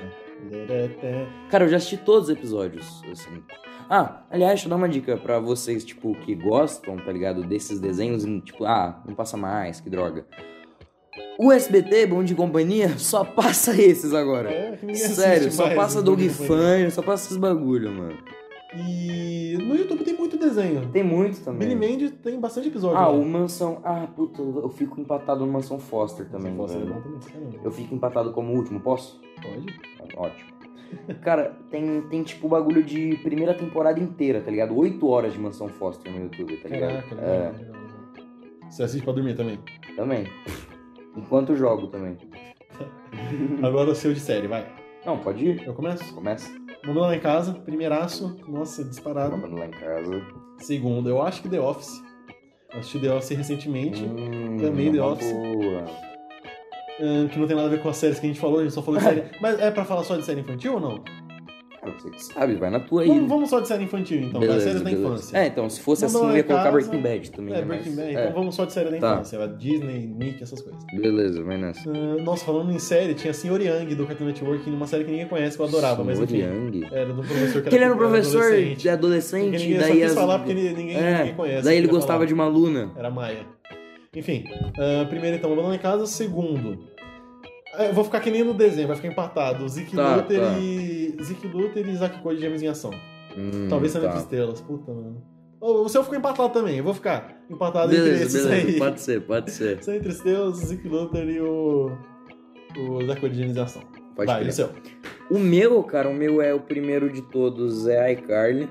[SPEAKER 1] Cara, eu já assisti todos os episódios, assim. Ah, aliás, deixa eu dar uma dica pra vocês, tipo, que gostam, tá ligado, desses desenhos e, tipo, ah, não passa mais, que droga. O SBT, Bom de Companhia, só passa esses agora.
[SPEAKER 2] É, que ninguém
[SPEAKER 1] Sério,
[SPEAKER 2] assiste
[SPEAKER 1] só
[SPEAKER 2] mais,
[SPEAKER 1] passa
[SPEAKER 2] né?
[SPEAKER 1] Doug Funny, só passa esses bagulho, mano.
[SPEAKER 2] E no YouTube tem muito desenho.
[SPEAKER 1] Tem muito
[SPEAKER 2] Billy
[SPEAKER 1] também.
[SPEAKER 2] Mandy tem bastante episódio.
[SPEAKER 1] Ah,
[SPEAKER 2] né?
[SPEAKER 1] o Mansão. Ah, puta, eu fico empatado no Mansão Foster também.
[SPEAKER 2] Você pode ser
[SPEAKER 1] velho.
[SPEAKER 2] é bom também, caramba.
[SPEAKER 1] Eu tá fico empatado como último, posso?
[SPEAKER 2] Pode.
[SPEAKER 1] Ótimo. Cara, tem, tem tipo bagulho de primeira temporada inteira, tá ligado? Oito horas de Mansão Foster no YouTube, tá ligado?
[SPEAKER 2] Caraca,
[SPEAKER 1] É.
[SPEAKER 2] legal, legal. Você assiste pra dormir também.
[SPEAKER 1] Também. Enquanto jogo também. Uhum.
[SPEAKER 2] Agora o seu de série, vai.
[SPEAKER 1] Não, pode ir.
[SPEAKER 2] Eu começo?
[SPEAKER 1] Começa.
[SPEAKER 2] Mamãe lá em casa, primeiraço, nossa, disparado.
[SPEAKER 1] Vamos lá em casa.
[SPEAKER 2] Segundo, eu acho que The Office. Eu assisti The Office recentemente,
[SPEAKER 1] Hum,
[SPEAKER 2] também The
[SPEAKER 1] uma
[SPEAKER 2] Office.
[SPEAKER 1] Boa.
[SPEAKER 2] ahn, que não tem nada a ver com as séries que a gente falou, a gente só falou de série. Mas é pra falar só de série infantil ou não?
[SPEAKER 1] Cara, você É que sabe, vai na tua aí.
[SPEAKER 2] Vamos, vamos só de série infantil então, das séries da
[SPEAKER 1] beleza.
[SPEAKER 2] infância.
[SPEAKER 1] É, então, se fosse
[SPEAKER 2] Vamos
[SPEAKER 1] assim,
[SPEAKER 2] lá
[SPEAKER 1] eu ia
[SPEAKER 2] em
[SPEAKER 1] colocar
[SPEAKER 2] casa.
[SPEAKER 1] Breaking Bad também.
[SPEAKER 2] É,
[SPEAKER 1] né, mas-
[SPEAKER 2] Breaking Bad,
[SPEAKER 1] é,
[SPEAKER 2] então vamos só de série da
[SPEAKER 1] Tá.
[SPEAKER 2] infância, Disney, Nick, essas coisas.
[SPEAKER 1] Beleza, vai nessa.
[SPEAKER 2] Ah, nossa, falando em série, tinha Senhor Young do Cartoon Network, uma série que ninguém conhece, que eu adorava, mas
[SPEAKER 1] Senhor
[SPEAKER 2] enfim.
[SPEAKER 1] Young.
[SPEAKER 2] Era do professor que
[SPEAKER 1] Que ele era um professor
[SPEAKER 2] adolescente.
[SPEAKER 1] de adolescente,
[SPEAKER 2] Ninguém só
[SPEAKER 1] daí
[SPEAKER 2] quis
[SPEAKER 1] as-
[SPEAKER 2] falar porque ele- ninguém,
[SPEAKER 1] É,
[SPEAKER 2] ninguém conhece.
[SPEAKER 1] daí ele
[SPEAKER 2] queria
[SPEAKER 1] gostava
[SPEAKER 2] falar.
[SPEAKER 1] de uma aluna.
[SPEAKER 2] Era Maia. Enfim, ah, primeiro então, Mamãe lá em Casa. Segundo, ah, eu vou ficar que nem no desenho, vai ficar empatado. Zeke
[SPEAKER 1] Tá,
[SPEAKER 2] Luther
[SPEAKER 1] tá.
[SPEAKER 2] e. Zeke Luther e Isaac Cody Gêmeos em Ação.
[SPEAKER 1] Hum,
[SPEAKER 2] Talvez
[SPEAKER 1] tá.
[SPEAKER 2] sendo entre estrelas, puta, mano. Ou o seu ficou empatado também, eu vou ficar empatado entre esses
[SPEAKER 1] Beleza,
[SPEAKER 2] aí.
[SPEAKER 1] beleza. Pode ser, pode ser.
[SPEAKER 2] São entre estrelas, Zeke Luther e o. O Isaac Cody Gêmeos em Ação.
[SPEAKER 1] Pode
[SPEAKER 2] vai,
[SPEAKER 1] crer.
[SPEAKER 2] e o seu.
[SPEAKER 1] O meu, cara, o meu é o primeiro de todos, é iCarly.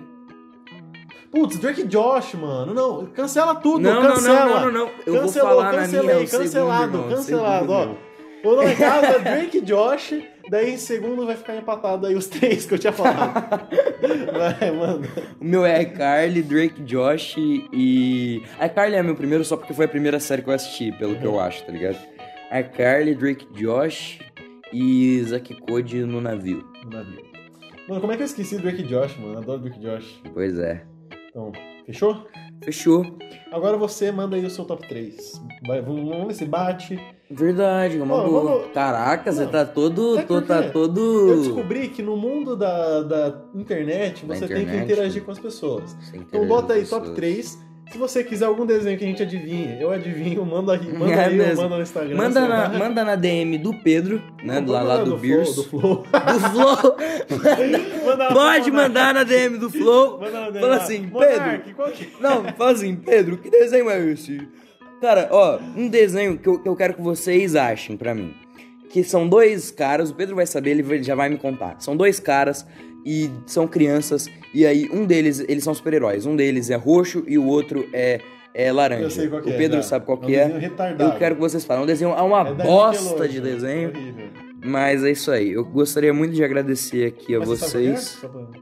[SPEAKER 2] Putz, Drake e Josh, mano. Não, cancela tudo,
[SPEAKER 1] não, não,
[SPEAKER 2] cancela.
[SPEAKER 1] não, não, não, não. Eu
[SPEAKER 2] Cancelou,
[SPEAKER 1] vou falar na minha.
[SPEAKER 2] cancelei,
[SPEAKER 1] o segundo,
[SPEAKER 2] cancelado,
[SPEAKER 1] irmão, o
[SPEAKER 2] cancelado,
[SPEAKER 1] segundo,
[SPEAKER 2] ó.
[SPEAKER 1] meu.
[SPEAKER 2] O nome em casa é Drake e Josh, daí em segundo vai ficar empatado aí os três que eu tinha falado. Vai, mano.
[SPEAKER 1] O meu é iCarly, Drake, Josh e... iCarly é meu primeiro só porque foi a primeira série que eu assisti, pelo que
[SPEAKER 2] Uhum.
[SPEAKER 1] eu acho, tá ligado? iCarly, Drake, Josh e Zack Code no navio.
[SPEAKER 2] No navio. Mano, como é que eu esqueci do Drake e Josh, mano? Adoro Drake e Josh.
[SPEAKER 1] Pois é.
[SPEAKER 2] Então, fechou?
[SPEAKER 1] Fechou.
[SPEAKER 2] Agora você manda aí o seu top 3. Vai, vamos vamos ver se bate.
[SPEAKER 1] Verdade, é uma
[SPEAKER 2] Pô,
[SPEAKER 1] boa.
[SPEAKER 2] vamos-
[SPEAKER 1] Caraca, você
[SPEAKER 2] Não,
[SPEAKER 1] tá todo...
[SPEAKER 2] sabe
[SPEAKER 1] tô-
[SPEAKER 2] por
[SPEAKER 1] tá
[SPEAKER 2] quê?
[SPEAKER 1] todo...
[SPEAKER 2] Eu descobri que no mundo da, da internet
[SPEAKER 1] Da
[SPEAKER 2] você tem que
[SPEAKER 1] internet.
[SPEAKER 2] interagir com as pessoas.
[SPEAKER 1] Sem
[SPEAKER 2] Então bota aí
[SPEAKER 1] querer,
[SPEAKER 2] top
[SPEAKER 1] pessoas.
[SPEAKER 2] 3. Se você quiser algum desenho que a gente adivinha, eu adivinho, manda aí, manda
[SPEAKER 1] É
[SPEAKER 2] aí, ou
[SPEAKER 1] mesmo.
[SPEAKER 2] manda no Instagram.
[SPEAKER 1] Manda
[SPEAKER 2] sei
[SPEAKER 1] na,
[SPEAKER 2] lá.
[SPEAKER 1] manda na DM do Pedro, né? Do, lá, lá do
[SPEAKER 2] Manda
[SPEAKER 1] Beers.
[SPEAKER 2] Do
[SPEAKER 1] Do
[SPEAKER 2] Flow.
[SPEAKER 1] Flow.
[SPEAKER 2] Manda-
[SPEAKER 1] Pode mandar na DM do Flow.
[SPEAKER 2] Manda na DM
[SPEAKER 1] Fala
[SPEAKER 2] lá.
[SPEAKER 1] assim,
[SPEAKER 2] Monark, qual que- é?
[SPEAKER 1] Não, fala assim, Pedro, que desenho é esse? Cara, ó, um desenho que eu, que eu quero que vocês achem pra mim. Que são dois caras, o Pedro vai saber, ele vai- já vai me contar. São dois caras e são crianças. E aí, um deles, eles são super-heróis. Um deles é roxo e o outro é, é laranja.
[SPEAKER 2] Eu sei qual que é.
[SPEAKER 1] o Pedro
[SPEAKER 2] já.
[SPEAKER 1] sabe qual que
[SPEAKER 2] um
[SPEAKER 1] é.
[SPEAKER 2] desenho retardado.
[SPEAKER 1] Eu quero que vocês falem. É um desenho, é uma
[SPEAKER 2] É da
[SPEAKER 1] bosta de
[SPEAKER 2] Nickelodeon.
[SPEAKER 1] desenho.
[SPEAKER 2] Horrível.
[SPEAKER 1] Mas é isso aí. Eu gostaria muito de agradecer aqui a
[SPEAKER 2] Mas você sabe
[SPEAKER 1] vocês.
[SPEAKER 2] qual que é? Só pra-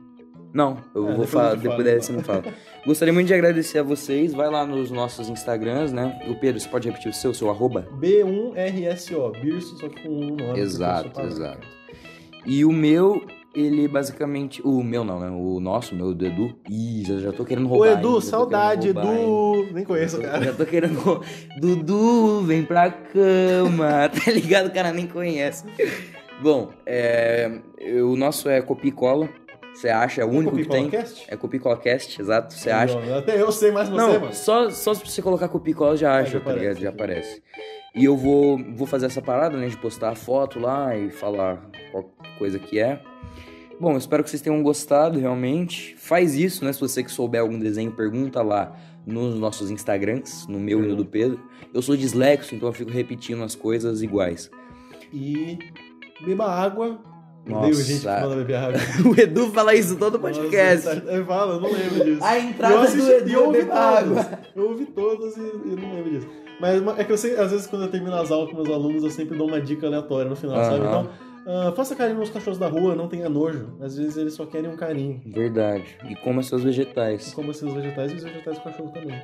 [SPEAKER 1] Não, eu
[SPEAKER 2] É,
[SPEAKER 1] vou
[SPEAKER 2] depois
[SPEAKER 1] falar,
[SPEAKER 2] eu te falo,
[SPEAKER 1] depois dessa você
[SPEAKER 2] então.
[SPEAKER 1] me fala. Gostaria muito de agradecer a vocês. Vai lá nos nossos Instagrams, né? O Pedro, você pode repetir o seu, seu arroba?
[SPEAKER 2] B1RSO, Birso, só que com um nome.
[SPEAKER 1] Exato, exato. E o meu, ele basicamente. O meu não, né? O nosso, o meu, do Edu. Ih, já, já tô querendo
[SPEAKER 2] Ô
[SPEAKER 1] roubar. hein?
[SPEAKER 2] Edu,
[SPEAKER 1] Já tô
[SPEAKER 2] saudade,
[SPEAKER 1] querendo roubar, hein?
[SPEAKER 2] Edu. Nem conheço,
[SPEAKER 1] Já tô-
[SPEAKER 2] cara.
[SPEAKER 1] Já tô querendo. rou- Dudu, vem pra cama. tá ligado? O cara nem conhece. Bom, é, o nosso é Copia e Cola. Você acha? É o único que tem.
[SPEAKER 2] Copycast?
[SPEAKER 1] É Copia e Cola Cast, exato. Você acha?
[SPEAKER 2] Até eu sei mais que você,
[SPEAKER 1] Não,
[SPEAKER 2] mano.
[SPEAKER 1] só, só se você colocar com o Picola já acha,
[SPEAKER 2] já
[SPEAKER 1] tá ligado?
[SPEAKER 2] aparece.
[SPEAKER 1] Já aparece. E eu vou, vou fazer essa parada, né? De postar a foto lá e falar qual coisa que é. Bom, espero que vocês tenham gostado, realmente. Faz isso, né? Se você que souber algum desenho, pergunta lá nos nossos Instagrams, no meu e no do Pedro. Eu sou dislexo, então eu fico repetindo as coisas iguais.
[SPEAKER 2] E beba água.
[SPEAKER 1] Nossa.
[SPEAKER 2] Odeio gente que manda beber água.
[SPEAKER 1] O Edu fala isso todo podcast.
[SPEAKER 2] Nossa, Eu falo, eu não lembro disso.
[SPEAKER 1] a entrada
[SPEAKER 2] eu assisti
[SPEAKER 1] do Edu
[SPEAKER 2] e eu ouvi
[SPEAKER 1] é
[SPEAKER 2] todas.
[SPEAKER 1] beber água.
[SPEAKER 2] Eu ouvi todas e e eu não lembro disso. Mas ma- é que eu sei, às vezes quando eu termino as aulas com meus alunos, eu sempre dou uma dica aleatória no final,
[SPEAKER 1] Aham.
[SPEAKER 2] sabe? Então, ah, faça carinho nos cachorros da rua, não tenha nojo. Às vezes eles só querem um carinho.
[SPEAKER 1] Verdade. E coma seus vegetais.
[SPEAKER 2] E como assim os vegetais, os vegetais do cachorro também.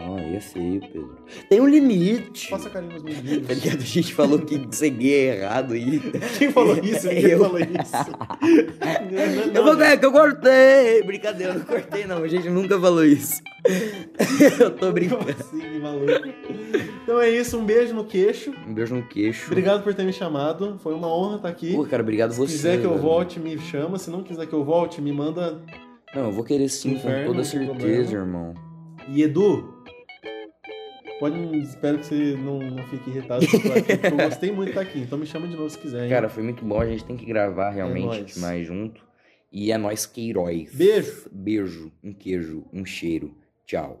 [SPEAKER 1] Não, aí é feio, Pedro. Tem um limite.
[SPEAKER 2] Faça carinho nos
[SPEAKER 1] Tá
[SPEAKER 2] meninos.
[SPEAKER 1] ligado? A gente falou que ser gay é errado aí.
[SPEAKER 2] Quem falou isso? Quem
[SPEAKER 1] Eu.
[SPEAKER 2] falou isso?
[SPEAKER 1] Eu vou ganhar que eu cortei! Brincadeira, eu não cortei não, a gente nunca falou isso. Eu tô brincando.
[SPEAKER 2] Sim, assim, maluco. Então é isso, um beijo no queixo.
[SPEAKER 1] Um beijo no queixo.
[SPEAKER 2] Obrigado por ter me chamado. Foi uma honra estar aqui.
[SPEAKER 1] Pô, cara, obrigado
[SPEAKER 2] Se
[SPEAKER 1] você. é-
[SPEAKER 2] quiser que eu
[SPEAKER 1] velho.
[SPEAKER 2] volte, me chama. Se não quiser que eu volte, me manda.
[SPEAKER 1] Não, eu vou querer sim,
[SPEAKER 2] Inferno,
[SPEAKER 1] com toda
[SPEAKER 2] não tem
[SPEAKER 1] certeza,
[SPEAKER 2] problema.
[SPEAKER 1] irmão.
[SPEAKER 2] E Edu, pode. Espero que você não, não fique irritado com isso aqui, porque eu gostei muito de estar aqui. Então me chama de novo se quiser. hein?
[SPEAKER 1] Cara, foi muito bom, a gente tem que gravar realmente
[SPEAKER 2] nóis.
[SPEAKER 1] mais junto. E é nós que heróis.
[SPEAKER 2] Beijo.
[SPEAKER 1] Beijo, um queijo, um cheiro. Tchau.